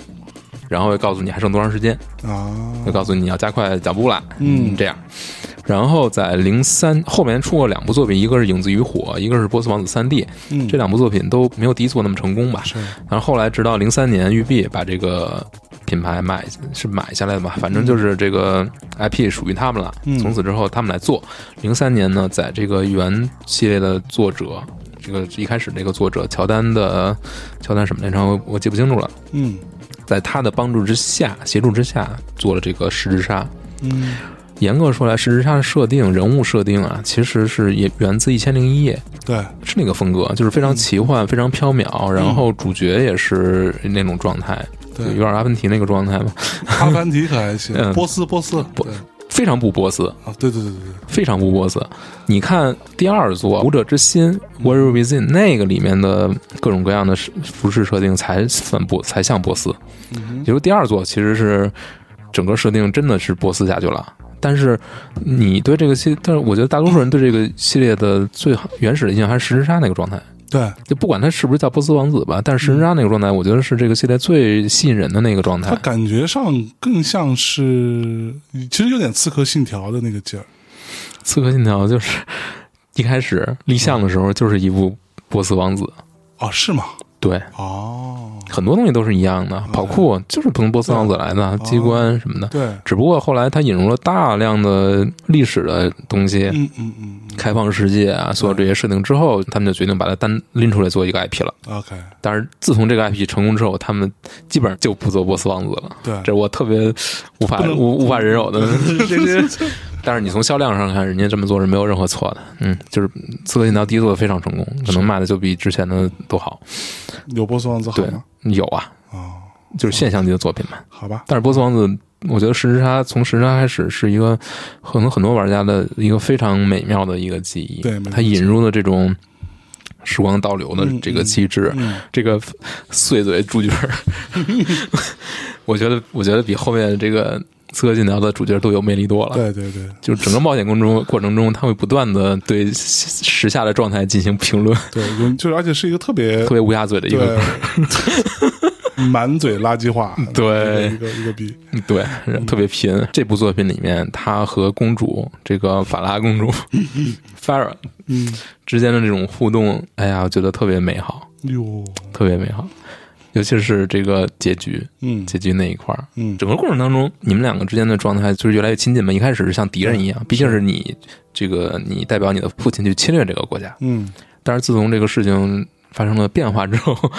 然后会告诉你还剩多长时间，啊，会告诉你要加快脚步了，嗯这样。然后在零三后面出过两部作品，一个是《影子与火》，一个是《波斯王子三 D》，嗯这两部作品都没有第一作那么成功吧？是然后后来直到零三年，育碧把这个品牌买是买下来的吧，反正就是这个 IP 属于他们了。嗯从此之后，他们来做。零三年呢，在这个原系列的作者，这个一开始这个作者乔丹的乔丹什么来着，我我记不清楚了。嗯在他的帮助之下、协助之下，做了这个《十之杀》。嗯严格说来，《十之杀》的设定、人物设定啊，其实是也源自《一千零一夜》。对，是那个风格，就是非常奇幻、非常缥缈，然后主角也是那种状态，对有点阿凡提那个状态嘛，阿凡提可还行嗯，波斯波斯，不对非常不波斯，啊，对对对对对，非常不波斯。你看第二座《武者之心》（Warrior Within） 那个里面的各种各样的服饰设定才反波，才像波斯。嗯也就是第二座其实是整个设定真的是波斯下去了。但是你对这个系，但是我觉得大多数人对这个系列的最好原始的印象还是石之沙那个状态。对，就不管他是不是叫波斯王子吧，但是石之沙那个状态，我觉得是这个系列最吸引人的那个状它态。感觉上更像是，其实有点《刺客信条》的那个劲儿，刺客信条就是一开始立项的时候就是一部波斯王子，哦，是吗？对，哦，很多东西都是一样的，跑酷就是从波斯王子来的，机关什么的。对，只不过后来他引入了大量的历史的东西，嗯嗯嗯开放世界啊，所有这些设定之后，他们就决定把它单拎出来做一个 IP 了。嗯，OK，但是自从这个 IP 成功之后，他们基本上就不做波斯王子了。对，这我特别无法不能无无法忍受的。这这， 但是你从销量上看，人家这么做是没有任何错的。嗯，就是《刺客信条》第一做的非常成功，可能卖的就比之前的都好。有波斯王子好对吗？，有啊，哦，就是现象级的作品嘛。好吧，但是《波斯王子》，我觉得《十之杀》从《十之杀》开始是一个可能很多玩家的一个非常美妙的一个记忆。对没错它引入了这种时光倒流的嗯这个机制，嗯，这个碎嘴主角 儿，我觉得我觉得比后面这个《刺客信条》的主角都有魅力多了。对对对就整个冒险过程中过程中，他会不断的对时下的状态进行评论，对， 有就是而且是一个特别特别乌鸦嘴的一个对， 满嘴垃圾话，对一个一个一个逼，对，特别拼。这部作品里面，他和公主这个法拉公主 Farah 嗯，之间的这种互动，哎呀，我觉得特别美好，哟，特别美好。尤其是这个结局，嗯结局那一块儿，嗯整个过程当中，你们两个之间的状态就是越来越亲近嘛。一开始是像敌人一样，毕竟是你这个你代表你的父亲去侵略这个国家，嗯但是自从这个事情发生了变化之后，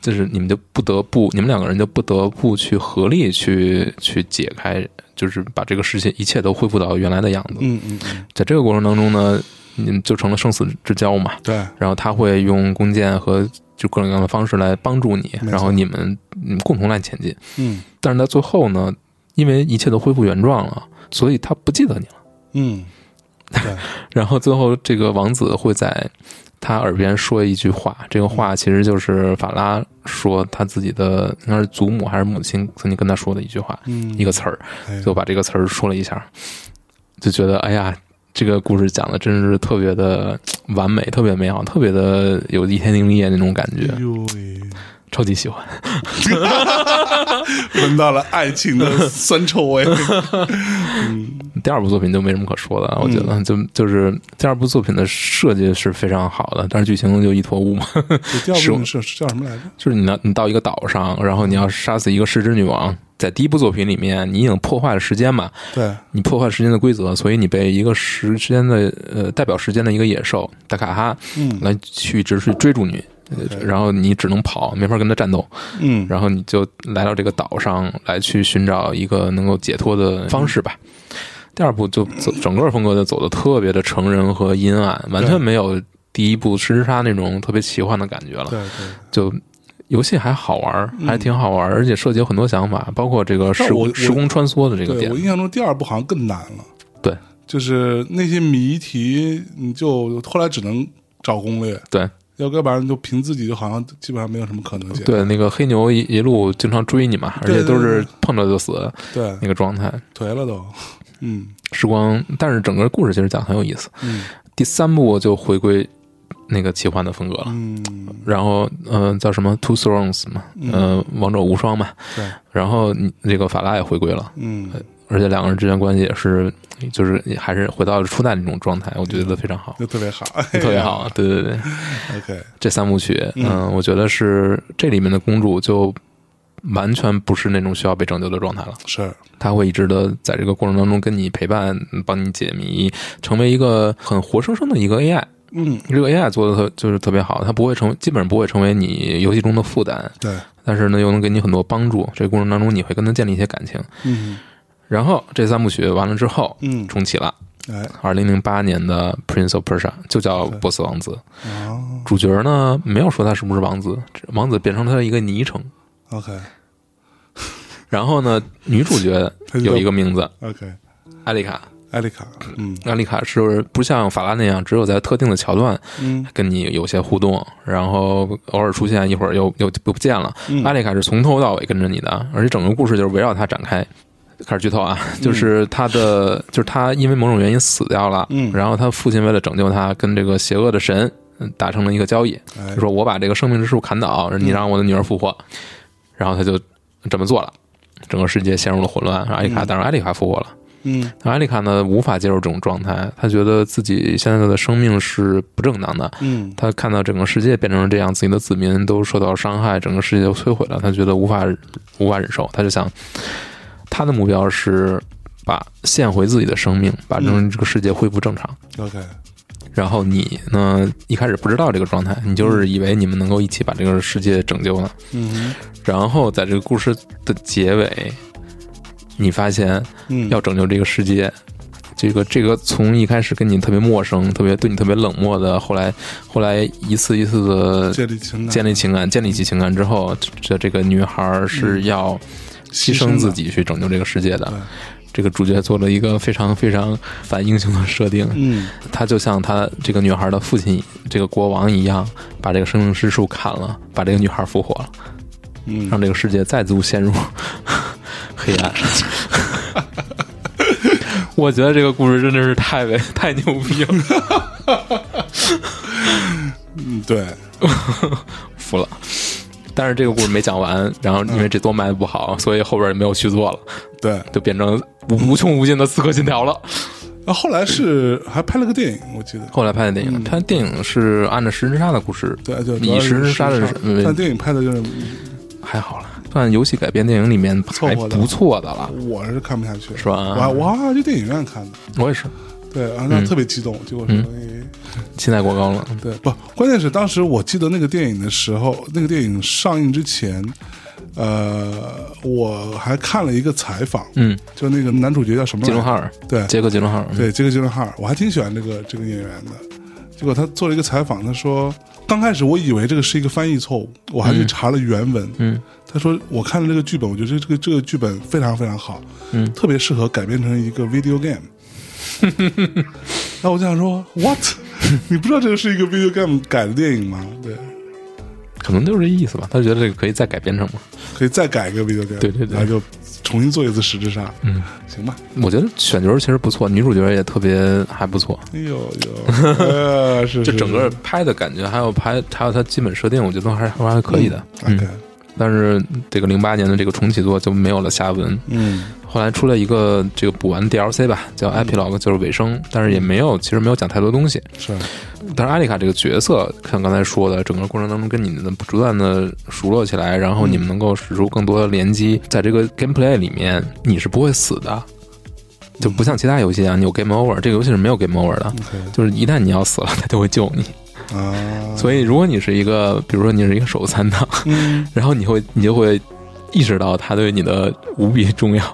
就是你们就不得不，你们两个人就不得不去合力去去解开，就是把这个事情一切都恢复到原来的样子。嗯嗯嗯，在这个过程当中呢，你们就成了生死之交嘛。对，然后他会用弓箭和就各种各样的方式来帮助你，没错然后你们你们共同来前进。嗯但是到最后呢，因为一切都恢复原状了，所以他不记得你了。 嗯，然后最后这个王子会在他耳边说一句话，这个话其实就是法拉说他自己的应该是祖母还是母亲曾经跟他说的一句话，嗯，一个词儿，哎呀就把这个词儿说了一下，就觉得哎呀。这个故事讲的真是特别的嘖完美，特别美好，特别的有一天灵夜那种感觉哎，呦喂，超级喜欢。 闻到了爱情的酸臭味。第二部作品就没什么可说的了，我觉得就就是第二部作品的设计是非常好的，但是剧情就一坨雾嘛。 第二部是是叫什么来着？就是你呢，你到一个岛上，然后你要杀死一个弑之女王。在第一部作品里面，你已经破坏了时间嘛，对，你破坏时间的规则，所以你被一个时时间的呃代表时间的一个野兽达卡哈嗯来去一直去追逐你，呃 OK 然后你只能跑，没法跟他战斗，嗯然后你就来到这个岛上来去寻找一个能够解脱的方式吧。第二部就走整个风格就走的特别的成人和阴暗，完全对没有第一部《失之杀》那种特别奇幻的感觉了。对对。就游戏还好玩儿，嗯还挺好玩儿，而且涉及有很多想法，包括这个时但我我时空穿梭的这个对点我。印象中第二部好像更难了。对，就是那些谜题，你就后来只能找攻略，对要不然就凭自己，就好像基本上没有什么可能性。对，那个黑牛一一路经常追你嘛，而对且对都是对碰着就死对，那个状态。颓了都。 嗯时光，但是整个故事其实讲得很有意思。嗯第三部就回归那个奇幻的风格了，嗯，然后呃叫什么 Two Thrones 嘛，嗯呃王者无双嘛，对，然后你这个法拉也回归了，嗯而且两个人之间关系也是，就是还是回到了初代那种状态，我觉得非常好，就特别好，特别。好，对对对。 OK，这三部曲，嗯嗯、我觉得是这里面的公主就完全不是那种需要被拯救的状态了，是，她会一直的在这个过程当中跟你陪伴，帮你解谜，成为一个很活生生的一个 AI。嗯，这个 AI 做的特就是特别好，它不会成为，基本上不会成为你游戏中的负担，对，但是呢又能给你很多帮助。这个过程当中你会跟它建立一些感情。嗯然后这三部曲完了之后，嗯，重启了哎，二零零八年的《Prince of Persia》，就叫《对波斯王子》。哦主角呢，没有说他是不是王子，只王子变成他的一个昵称。 ，OK 然后呢，女主角他就叫有一个名字， OK，艾丽卡。艾丽卡，嗯艾丽卡是不像法拉那样，只有在特定的桥段嗯跟你有些互动，然后偶尔出现，一会儿又又不见了。嗯艾丽卡是从头到尾跟着你的，啊而且整个故事就是围绕她展开。开始剧透啊，嗯就是她的，就是她因为某种原因死掉了，嗯然后她父亲为了拯救她，跟这个邪恶的神嗯达成了一个交易，哎嗯就，说我把这个生命之树砍倒，你让我的女儿复活，然后他就这么做了，整个世界陷入了混乱。然后艾丽卡，嗯当然艾丽卡复活了，嗯但艾丽卡呢无法接受这种状态，她觉得自己现在的生命是不正当的。嗯，她看到整个世界变成了这样，自己的子民都受到伤害，整个世界都摧毁了，她觉得无法无法忍受，她就想，她的目标是把献回自己的生命，把整个世界恢复正常。 OK，然后你呢，一开始不知道这个状态，你就是以为你们能够一起把这个世界拯救呢。嗯然后在这个故事的结尾，你发现嗯，要拯救这个世界，这个这个从一开始跟你特别陌生、特别对你特别冷漠的，后来后来一次一次的建立情感，建立情感、建立起情感之后，这这个女孩是要牺牲自己去拯救这个世界的。对这个主角做了一个非常非常反英雄的设定，嗯他就像他这个女孩的父亲，这个国王一样，把这个生命之树砍了，把这个女孩复活了，嗯，让这个世界再度陷入 黑暗。 我觉得这个故事真的是太伟太牛逼了，嗯对，服了。但是这个故事没讲完，然后因为这多卖的不好，所以后边也没有续作了，对，就变成无无穷无尽的《刺客信条》了。啊，后来是还拍了个电影，我记得。 后来拍的电影，他电影是按照石之沙的故事，对对，以石之沙的人，但电影拍的有点，还好了，算游戏改编电影里面还不错的了，我是看不下去，是吧？啊我我好像去电影院看的，我也是。对，然嗯后特别激动，结果说期待过高了。对，不，关键是当时我记得那个电影的时候，那个电影上映之前。呃，我还看了一个采访，嗯，就那个男主角叫什么？杰伦哈尔，对，杰克·杰伦哈尔，对，杰克·杰伦哈尔，我还挺喜欢这个这个演员的。结果他做了一个采访，他说，刚开始我以为这个是一个翻译错误，我还去查了原文，嗯，他说我看了这个剧本，我觉得这这个这个剧本非常非常好，嗯特别适合改编成一个 video game。然后我就想说，what？你 不知道这个是一个 video game 改的电影吗？对，可能就是这意思吧。他觉得这个可以再改编成嘛。可以再改一个 video game，对对对然后就重新做一次实质杀，嗯，行吧。我觉得选角其实不错，女主角也特别还不错。哎呦 呦，呃，是就整个拍的感觉，还有拍，还有它基本设定，我觉得还是还是可以的。 OK，但是这个零八年的这个重启作就没有了下文。嗯后来出了一个这个补完 DLC 吧，叫 Epilogue，就是尾声，但是也没有，其实没有讲太多东西。是啊但是艾丽卡这个角色，像刚才说的，整个过程当中跟你们不断的熟络起来，然后你们能够使出更多的联机，在这个 gameplay 里面，你是不会死的，就嗯不像其他游戏啊，你有 game over，这个游戏是没有 game over 的， OK 就是一旦你要死了，它就会救你。啊，所以如果你是一个，比如说你是一个手残党，嗯然后你会你就会。意识到他对你的无比 重要，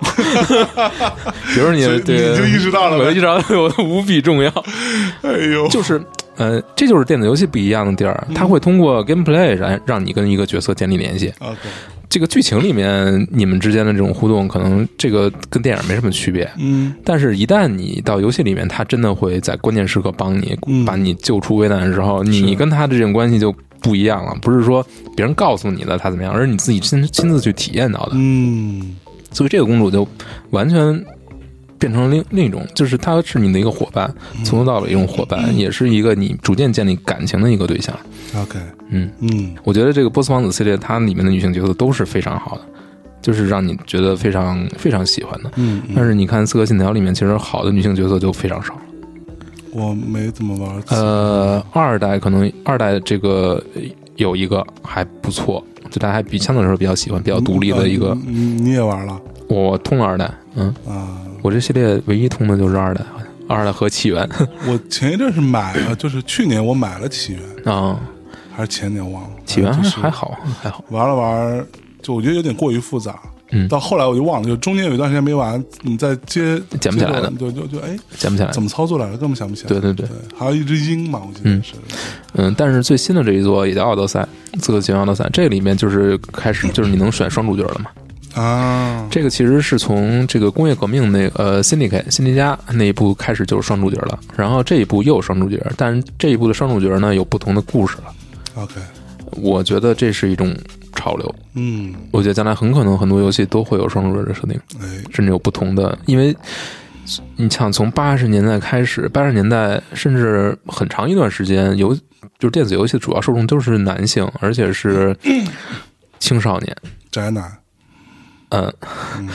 比如说你所以的你这个，就意识到了呗我就意识到对我的无比重要， 哎呦，就是，呃，这就是电子游戏不一样的地儿，啊嗯它会通过 gameplay 来让你跟一个角色建立联系。 OK，这个剧情里面你们之间的这种互动，可能这个跟电影没什么区别。嗯但是，一旦你到游戏里面，它真的会在关键时刻帮你嗯，把你救出危难的时候，是你跟他的这种关系就不一样了。不是说别人告诉你的他怎么样，而是你自己亲亲自去体验到的。嗯所以，这个公主就完全变成了另另一种，就是她是你的一个伙伴，嗯从头到尾一种伙伴，也是一个你逐渐建立感情的一个对象。 ，OK，嗯，嗯我觉得这个波斯王子系列，它里面的女性角色都是非常好的，就是让你觉得非常非常喜欢的。嗯，但是你看《刺客信条》里面，其实好的女性角色就非常少。我没怎么玩，，呃，二代可能二代这个呃有一个还不错，就大家还比相对来说比较喜欢、比较独立的一个。嗯，你也玩了我通了二代，嗯，啊？我这系列唯一通的就是二代，好像二代和起 源我前一阵是买了，就是去年我买了起源，啊，还是前年忘了，呃起源就还是还好还好，玩了玩，就我觉得有点过于复杂。嗯到后来我就忘了，就中间有一段时间没玩，你再接捡不起来的就就就哎，捡不起来怎。么操作来着？根本想不起来。对对对，对，还有一只鹰嘛，我记得嗯是。嗯，但是最新的这一座也叫《奥德赛》，《刺客信条：奥德赛》，这里面就是开始就是你能选双主角了嘛？啊，这个其实是从这个工业革命那呃辛迪 K 辛迪加那一部开始就是双主角了，然后这一部又有双主角，但是这一部的双主角呢有不同的故事了。 OK，我觉得这是一种潮流，嗯，我觉得将来很可能很多游戏都会有双主角的设定，哎，甚至有不同的，因为。你想从八十年代开始，八十年代甚至很长一段时间，游就是电子游戏的主要受众都是男性，而且是青少年，宅男，嗯，嗯，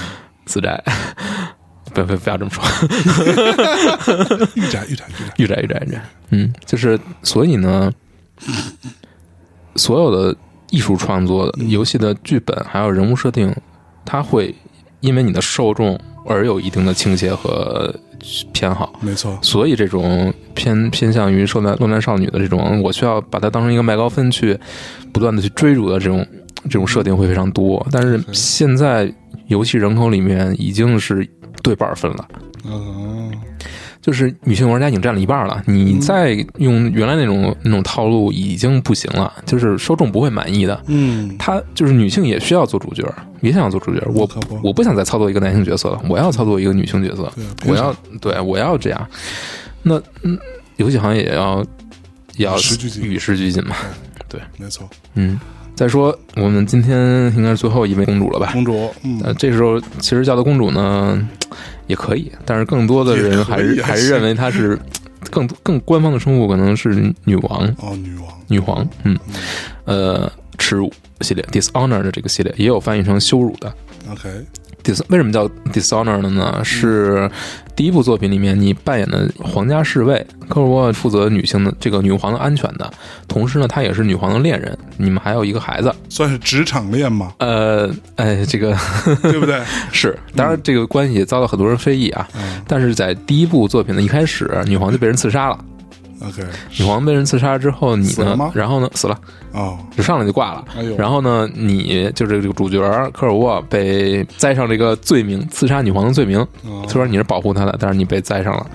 自宅， 不不不要这么说，御宅，御宅，御宅，御宅御宅御宅，嗯，就是所以呢，所有的艺术创作、嗯游戏的剧本还有人物设定，它会因为你的受众而有一定的倾斜和偏好。没错，所以，这种偏偏向于受难落难少女的这种，我需要把它当成一个麦高芬去不断的去追逐的这种这种设定会非常多。但是现在游戏人口里面已经是对半儿分了，嗯，就是女性玩家已经占了一半了，你再用原来那种那种套路已经不行了，就是受众不会满意的。嗯，她就是女性也需要做主角，也想做主角。我可不，我不想再操作一个男性角色了，我要操作一个女性角色，对，凭我啥要对我要这样。那嗯，游戏行业也要也要与时俱进与时俱进嘛。没错，嗯，再说我们今天应该是最后一位公主了吧？公主，嗯，呃，这时候其实叫她公主呢，也可以，但是更多的也可人以还是还还是行认为她是更更官方的称呼可能是女王，哦，女王，女皇，嗯，呃，耻辱系列 （Dishonor） 的这个系列也有翻译成羞辱的。 OK， Dis 为什么叫 Dishonored 嗯呢？是第一部作品里面你扮演的皇家侍卫，科尔沃负责女性的这个女皇的安全的，同时呢，他也是女皇的恋人。你们还有一个孩子，，算是职场恋嘛 呃，哎，这个 对不对？是，当然这个关系也遭到很多人非议啊。嗯但是在第一部作品的一开始，女皇就被人刺杀了。 ，OK，女皇被人刺杀之后，你死了呢吗？然后呢？死了，哦，就上来就挂了。哎呦，然后呢，你就是这个主角科尔沃被栽上这个罪名，刺杀女皇的罪名。哦虽然你是保护她的，但是你被栽上了，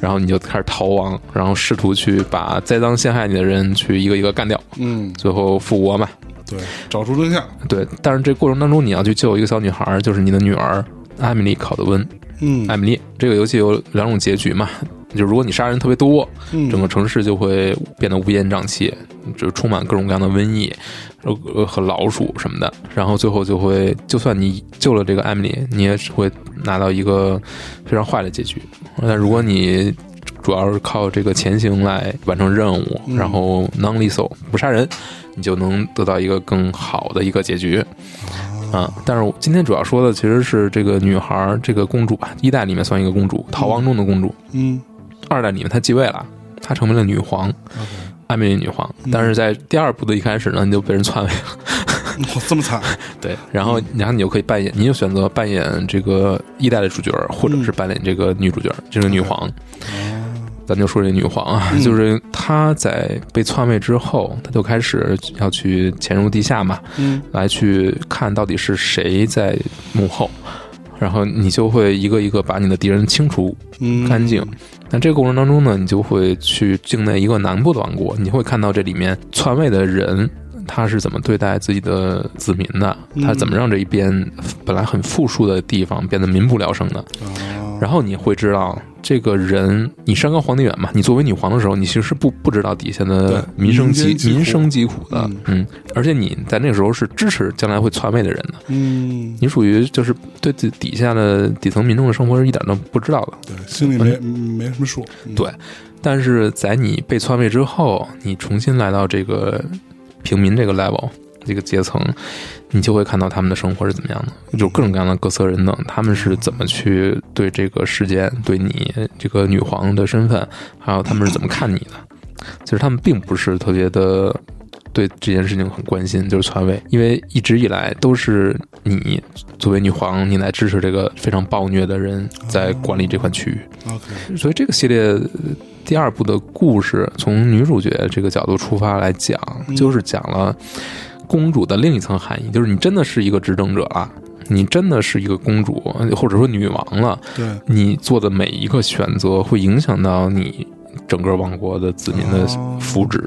然后你就开始逃亡，然后试图去把栽赃陷害你的人去一个一个干掉，嗯，最后复活嘛。对，找出真相，对，但是这过程当中你要去救一个小女孩，就是你的女儿艾米丽·考德温。嗯艾米丽，这个游戏有两种结局嘛，就如果你杀人特别多，嗯整个城市就会变得乌烟瘴气，就充满各种各样的瘟疫，呃呃和老鼠什么的。然后最后就会，就算你救了这个艾米丽，你也只会拿到一个非常坏的结局。但如果你主要是靠这个前行来完成任务，嗯然后 non lethal 不杀人，你就能得到一个更好的一个结局。哦啊，但是我今天主要说的其实是这个女孩儿，这个公主吧，一代里面算一个公主，逃亡中的公主。嗯二代里面她继位了，她成为了女皇， ，OK，艾米丽女皇嗯。但是在第二部的一开始呢，你就被人篡 位了。嗯哇，这么 惨，对，然嗯后然后你就可以扮演，你就选择扮演这个一代的主角，或者嗯是扮演这个女主角，这个女皇。哦咱就说这女皇啊，嗯 就是她在被篡位之后，她就开始要去潜入地下嘛，嗯来去看到底是谁在幕后。然后你就会一个一个把你的敌人清除嗯，干净。那这个过程当中呢，你就会去境内一个南部的王国，你会看到这里面篡位的人。他是怎么对待自己的子民的？嗯他怎么让这一边本来很富庶的地方变得民不聊生的？哦，然后你会知道，这个人，你山高皇帝远嘛，你作为女皇的时候，你其实是不不知道底下对的民生疾民间疾苦民生疾苦的嗯，嗯，而且你在那个时候是支持将来会篡位的人的，嗯，你属于就是对底底下的底层民众的生活是一点都不知道的。对，心里没没什么数，嗯对但是在你被篡位之后，你重新来到这个平民这个 level 这个阶层，你就会看到他们的生活是怎么样的，就各种各样的各色人等，他们是怎么去对这个事件、对你这个女皇的身份，还有他们是怎么看你的。其实他们并不是特别的对这件事情很关心，就是篡位，因为一直以来都是你作为女皇，你来支持这个非常暴虐的人在管理这块区域。 ，OK，所以这个系列呃第二部的故事，从女主角这个角度出发来讲，嗯就是讲了公主的另一层含义，就是你真的是一个执政者了。你真的是一个公主，或者说女王了。对，你做的每一个选择会影响到你整个王国的子民的哦福祉。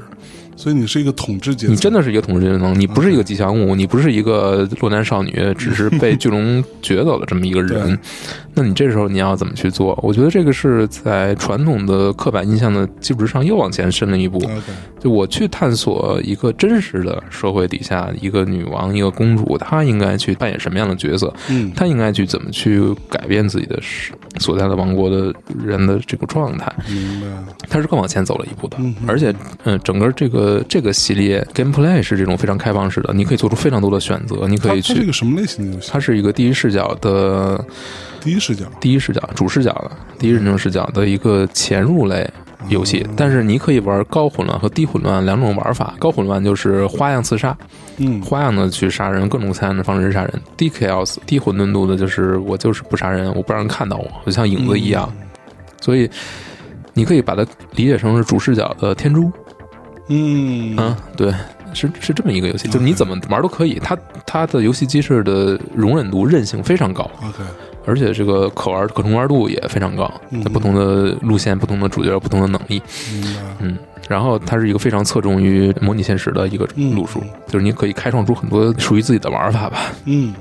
所以你是一个统治阶层，你真的是一个统治阶层，你不是一个吉祥物，你不是一个落难少女，只是被巨龙掘走的这么一个对人。那你这时候你要怎么去做？我觉得这个是在传统的刻板印象的基础之上又往前伸了一步。 OK，就我去探索一个真实的社会底下，一个女王，一个公主，她应该去扮演什么样的角色？嗯，她应该去怎么去改变自己的所在的王国的人的这个状态？明白了，它是更往前走了一步的。嗯哼而且，嗯，整个这个这个系列 gameplay 是这种非常开放式的，你可以做出非常多的选择，你可以它它是去。个什么类型的游戏？它是一个第一视角的第一视角第一视角主视角的第一人称视角的一个潜入类游哦戏，啊但是你可以玩高混乱和低混乱两种玩法。高混乱就是花样刺杀，嗯花样的去杀人，各种残忍的方式去杀人。低 chaos 低混沌度的就是我就是不杀人，我不让人看到我，我像影子嗯一样。，所以你可以把它理解成是主视角的天珠。嗯啊，对，是是这么一个游戏，就是 OK 你怎么玩都可以。它它的游戏机制的容忍度、韧性非常高， ，OK，而且这个可玩可重玩度也非常高。嗯它不同的路线、不同的主角、不同的能力，明白，嗯，然后它是一个非常侧重于模拟现实的一个嗯路数，就是你可以开创出很多属于自己的玩法吧。嗯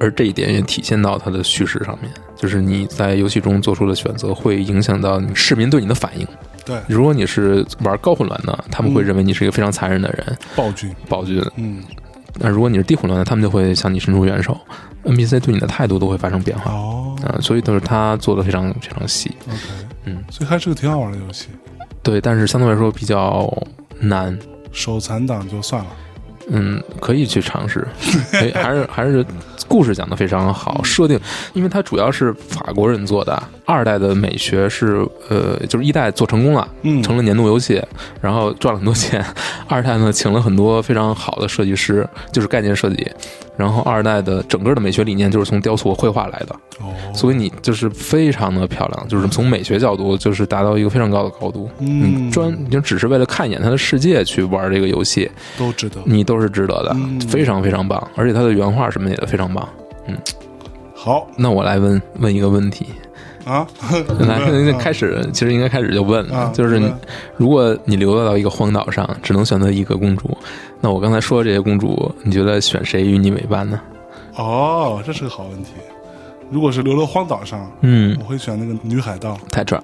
而这一点也体现到它的叙事上面，就是你在游戏中做出的选择会影响到你市民对你的反应。对如果你是玩高混乱的，他们会嗯认为你是一个非常残忍的人，暴君，暴君。嗯，那如果你是低混乱的，他们就会向你伸出援手，NPC 对你的态度都会发生变化。哦啊、所以都是他做的非常非常细， ，OK，嗯，所以还是个挺好玩的游戏，对，但是相对来说比较难。手残党就算了，嗯，可以去尝试。哎，还是还是故事讲的非常好，设定，因为它主要是法国人做的，二代的美学是呃，就是一代做成功了，嗯成了年度游戏，然后赚了很多钱。 二代呢，请了很多非常好的设计师，就是概念设计。然后二代的整个的美学理念就是从雕塑绘画来的，哦，所以你就是非常的漂亮，就是从美学角度就是达到一个非常高的高度。嗯你专你就只是为了看一眼它的世界去玩这个游戏，都值得。你都是值得的嗯，非常非常棒。而且它的原画什么的也非常棒。好那我来问问一个问题，啊， 来嗯开始，其实应该开始就问啊了，就是你嗯如果你流落到一个荒岛上，只能选择一个公主，那我刚才说的这些公主，你觉得选谁与你为伴呢？ 哦，这是个好问题。如果是流落荒岛上，嗯我，会选那个女海盗。太赚，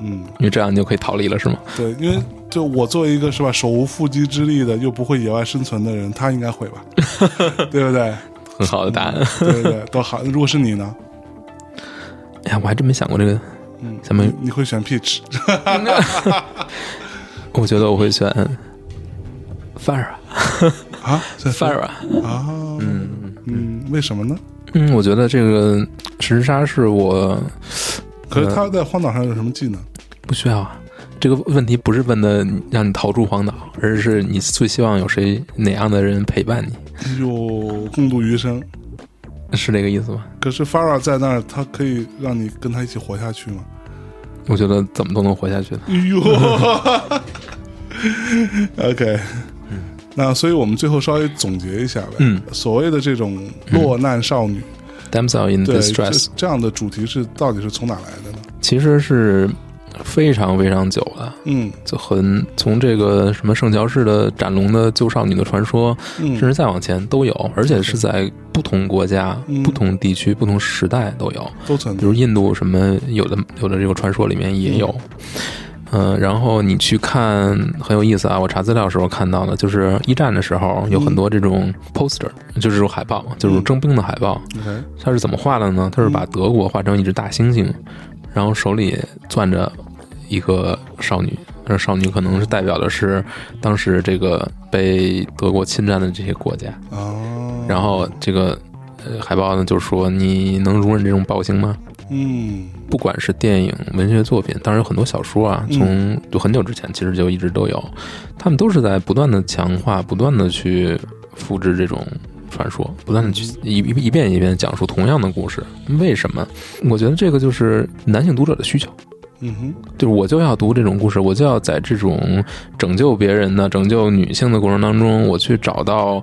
嗯，因为这样你就可以逃离了，是吗？对，因为就我作为一个是吧手无缚鸡之力的又不会野外生存的人，他应该会吧，对不对？很好的答案。对对对，都好。如果是你呢？哎呀，我还真没想过这个。嗯，咱们你你会选 Peach 我觉得我会选 f a r a 啊 f a r a 啊，嗯嗯，为什么呢？嗯，我觉得这个石之沙是我可是他在荒岛上有什么技能？不需要啊。这个问题不是问的让你逃出荒岛，而是你最希望有谁哪样的人陪伴你，有共度余生。是这个意思吗？可是 Farah 在那儿，他可以让你跟他一起活下去吗？我觉得怎么都能活下去的。哎呦，OK，那所以我们最后稍微总结一下呗。嗯，所谓的这种落难少女， Damsel in 对这 distress 这样的主题是到底是从哪来的呢？其实是非常非常久了，嗯就很从这个什么圣乔治的斩龙的旧少女的传说，甚嗯至再往前都有，而且是在不同国家、嗯不同地区、不同时代都有。都存比在。如印度什么有的有的这个传说里面也有。嗯，然后你去看很有意思啊！我查资料的时候看到的，就是一战的时候有很多这种 poster，、就是这种海报，就是征兵的海报。 OK，它是怎么画的呢？它是把德国画成一只大猩猩，然后手里攥着一个少女，那少女可能是代表的是当时这个被德国侵占的这些国家。啊，然后这个呃海报呢，就说你能容忍这种暴行吗？嗯不管是电影、文学作品，当然有很多小说啊，从就很久之前其实就一直都有，他们都是在不断的强化、不断的去复制这种传说，不断的去一一遍一遍讲述同样的故事。为什么？我觉得这个就是男性读者的需求。嗯哼，就是我就要读这种故事，我就要在这种拯救别人的、拯救女性的过程当中，我去找到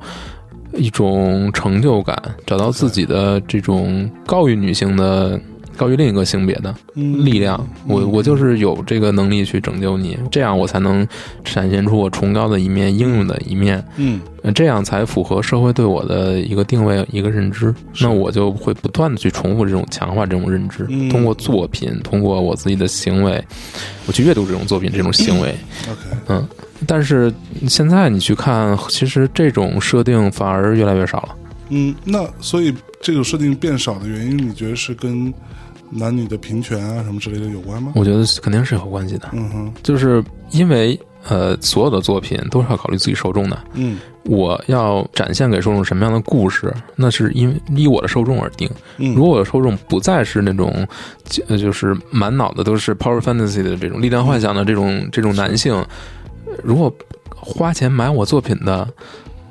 一种成就感，找到自己的这种高于女性的、高于另一个性别的嗯力量。我我就是有这个能力去拯救你，这样我才能展现出我崇高的一面、英勇的一面，嗯呃这样才符合社会对我的一个定位、一个认知。是那我就会不断的去重复这种强化这种认知嗯，通过作品，通过我自己的行为，我去阅读这种作品、这种行为。 OK，但是现在你去看，其实这种设定反而越来越少了。嗯，那所以这个设定变少的原因，你觉得是跟男女的平权啊什么之类的有关吗？我觉得肯定是有关系的，嗯哼，就是因为呃，所有的作品都是要考虑自己受众的。嗯我要展现给受众什么样的故事，那是因为依我的受众而定。嗯，如果我的受众不再是那种，呃，就是满脑子都是 power fantasy 的这种力量幻想的这嗯种这种男性，如果花钱买我作品的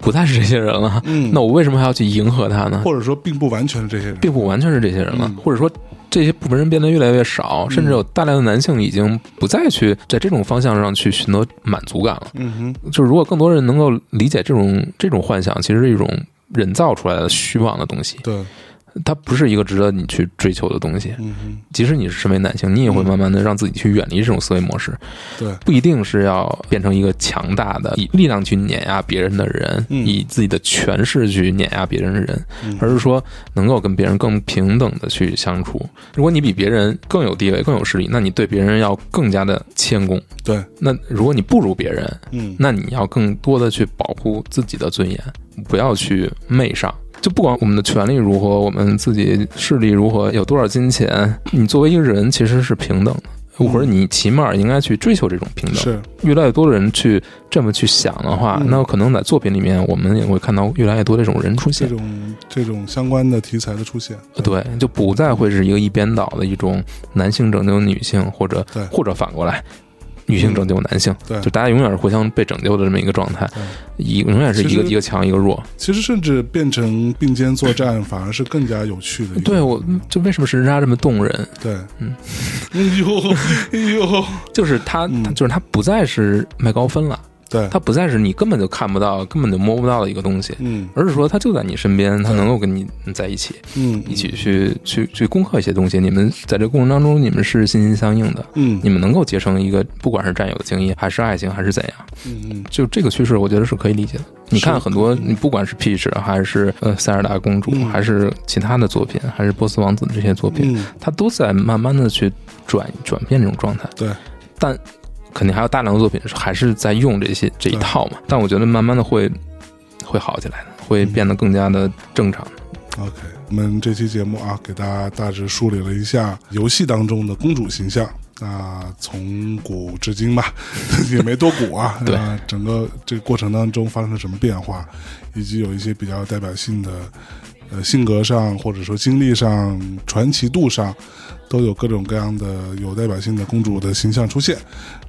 不再是这些人了，嗯，那我为什么还要去迎合他呢？或者说并不完全是这些人，并不完全是这些人了嗯，或者说这些部分人变得越来越少，甚至有大量的男性已经不再去在这种方向上去寻得满足感了。嗯就是如果更多人能够理解这种这种幻想，其实是一种人造出来的虚妄的东西哼，，对，它不是一个值得你去追求的东西。嗯哼，即使你是身为男性，你也会慢慢的让自己去远离这种思维模式，对，不一定是要变成一个强大的以力量去碾压别人的人，嗯以自己的权势去碾压别人的人，嗯而是说能够跟别人更平等的去相处。如果你比别人更有地位、更有势力，那你对别人要更加的谦恭；对，那如果你不如别人，嗯，那你要更多的去保护自己的尊严，不要去媚上。就不管我们的权利如何，我们自己势力如何，有多少金钱，你作为一个人其实是平等的。或者你起码应该去追求这种平等。是越来越多的人去这么去想的话，嗯那可能在作品里面，我们也会看到越来越多这种人出这现。种这种相关的题材的出现，对，就不再会是一个一边倒的一种男性拯救女性，或者对嗯或者反过来，女性拯救男性，对就大家永远是互相被拯救的这么一个状态对，一永远是一其个实一个强一个弱。其实甚至变成并肩作战，反而是更加有趣的一个。对我，就为什么时差这么动人？对，嗯，哎呦， 哎呦，就是他，嗯他就是他不再是麦高芬了，对，他不再是你根本就看不到、根本就摸不到的一个东西，嗯而是说他就在你身边，他能够跟你在一起，嗯，一起去去去攻克一些东西。你们在这过程当中，你们是心心相印的，嗯，你们能够结成一个，不管是战友的经验，还是爱情，还是怎样，嗯嗯就这个趋势，我觉得是可以理解的。你看很多，你不管是 Peach 还是呃塞尔达公主，嗯还是其他的作品，还是波斯王子这些作品，嗯，它都在慢慢的去转转变这种状态。对，但肯定还有大量的作品是还是在用这些这一套嘛。但我觉得慢慢的会会好起来的，会变得更加的正常。嗯 OK，我们这期节目啊，给大家大致梳理了一下游戏当中的公主形象。啊，从古至今吧， 也没多古啊。 对啊整个这个过程当中发生了什么变化，以及有一些比较代表性的，呃，性格上或者说经历上、传奇度上，都有各种各样的有代表性的公主的形象出现。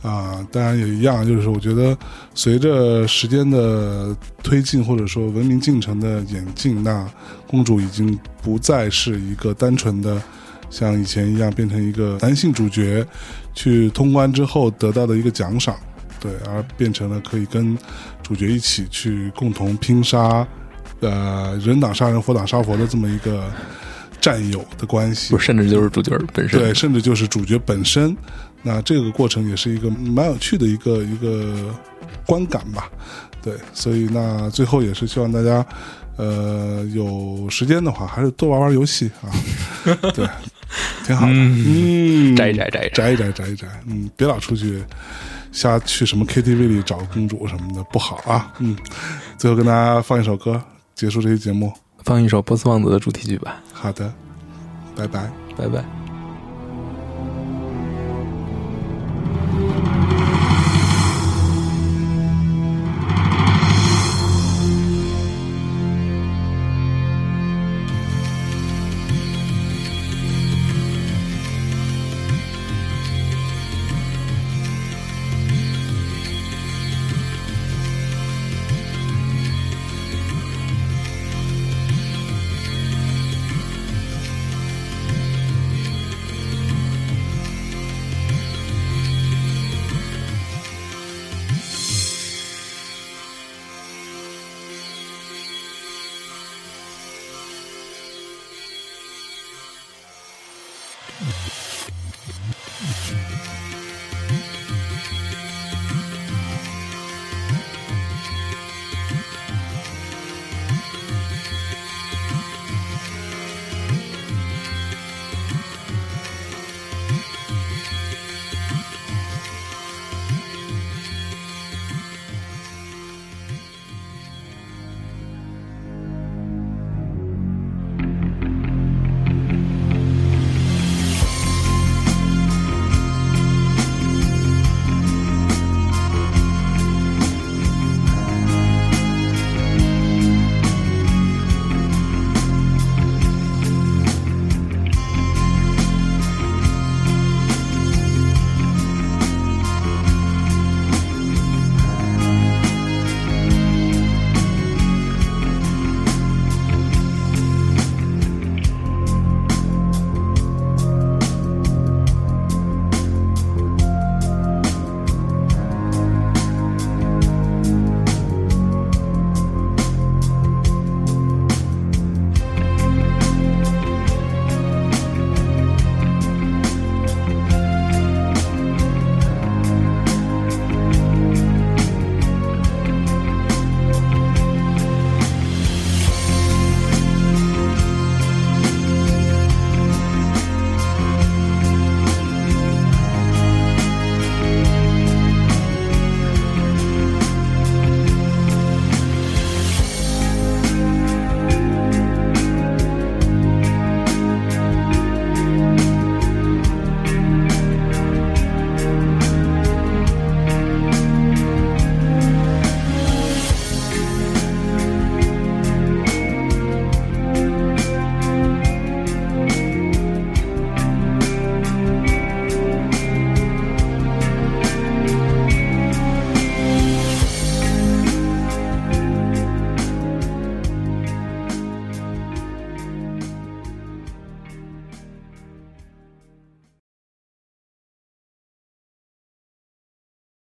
啊，当然也一样，就是我觉得随着时间的推进，或者说文明进程的演进，那公主已经不再是一个单纯的像以前一样变成一个男性主角去通关之后得到的一个奖赏，对，而变成了可以跟主角一起去共同拼杀，呃，人挡杀人，佛挡杀佛的这么一个战友的关系不，是，甚至就是主角本身。对，甚至就是主角本身。那这个过程也是一个蛮有趣的一个一个观感吧，对，所以那最后也是希望大家，呃，有时间的话还是多玩玩游戏 啊，对，挺好的，嗯，摘一摘摘一摘摘一摘摘一摘，嗯，别老出去瞎去什么 KTV 里找公主什么的，不好啊，嗯，最后跟大家放一首歌结束这期节目，放一首波斯王子的主题曲吧，好的，拜拜。拜拜。